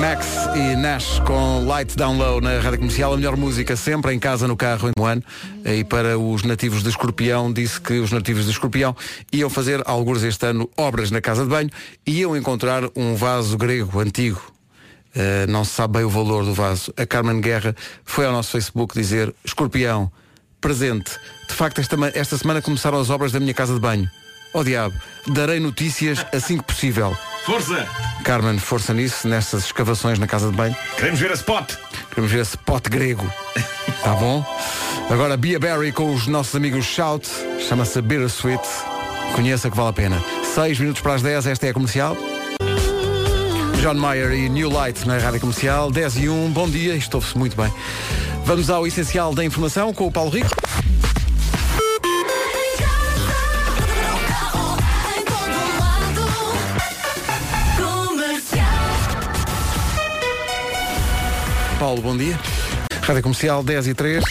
Max e Nash com Light Down Low na Rádio Comercial, a melhor música sempre, em casa, no carro, em um ano. E para os nativos de Escorpião, disse que os nativos de Escorpião iam fazer, alguns este ano, obras na casa de banho e iam encontrar um vaso grego antigo. Eh, não se sabe bem o valor do vaso. A Carmen Guerra foi ao nosso Facebook dizer Escorpião, presente. De facto, esta, ma- esta semana começaram as obras da minha casa de banho. Oh diabo, darei notícias assim que possível.
Força!
Carmen, força nisso, nestas escavações na casa de banho.
Queremos ver a spot!
Queremos ver esse pote grego. Tá bom? Agora Bia Berry com os nossos amigos Shout. Chama-se Bittersweet. Conheça que vale a pena. 6 minutos para as 10, esta é a comercial. John Mayer e New Light na Rádio Comercial, 10 e 1, bom dia, estou-se muito bem. Vamos ao essencial da informação com o Paulo Rico. Paulo, bom dia. Rádio Comercial 10 e 3.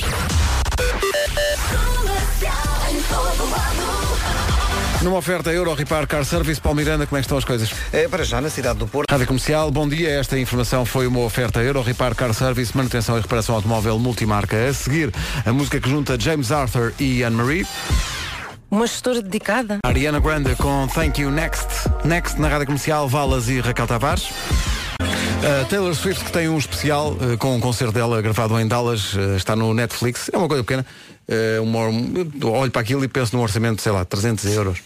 Numa oferta Euro Repar Car Service, Paulo Miranda, como é que estão as coisas?
É, para já, na cidade do Porto.
Rádio Comercial, bom dia. Esta informação foi uma oferta Euro Repar Car Service, manutenção e reparação automóvel multimarca. A seguir, a música que junta James Arthur e Anne-Marie.
Uma gestora dedicada.
Ariana Grande com Thank You Next. Next na Rádio Comercial, Valas e Raquel Tavares. A Taylor Swift que tem um especial eh, com um concerto dela gravado em Dallas, eh, está no Netflix, é uma coisa pequena. Eh, uma, eu olho para aquilo e penso num orçamento, sei lá, 300 euros.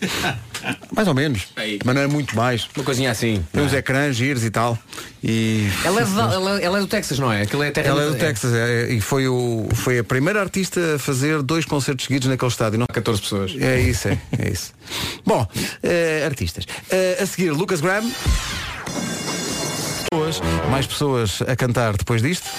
Mais ou menos. Mas não é muito mais. Uma
coisinha assim.
Tem uns ecrãs, giros e tal. E...
Ela é, de- ela- ela é do Texas, não é? Aquilo é a terra
Ela é do Texas é, e foi, o, foi a primeira artista a fazer dois concertos seguidos naquele estádio. Não?
14 pessoas.
É isso, é, é isso. Bom, eh, artistas. Eh, a seguir, Lucas Graham. Pessoas, mais pessoas a cantar depois disto.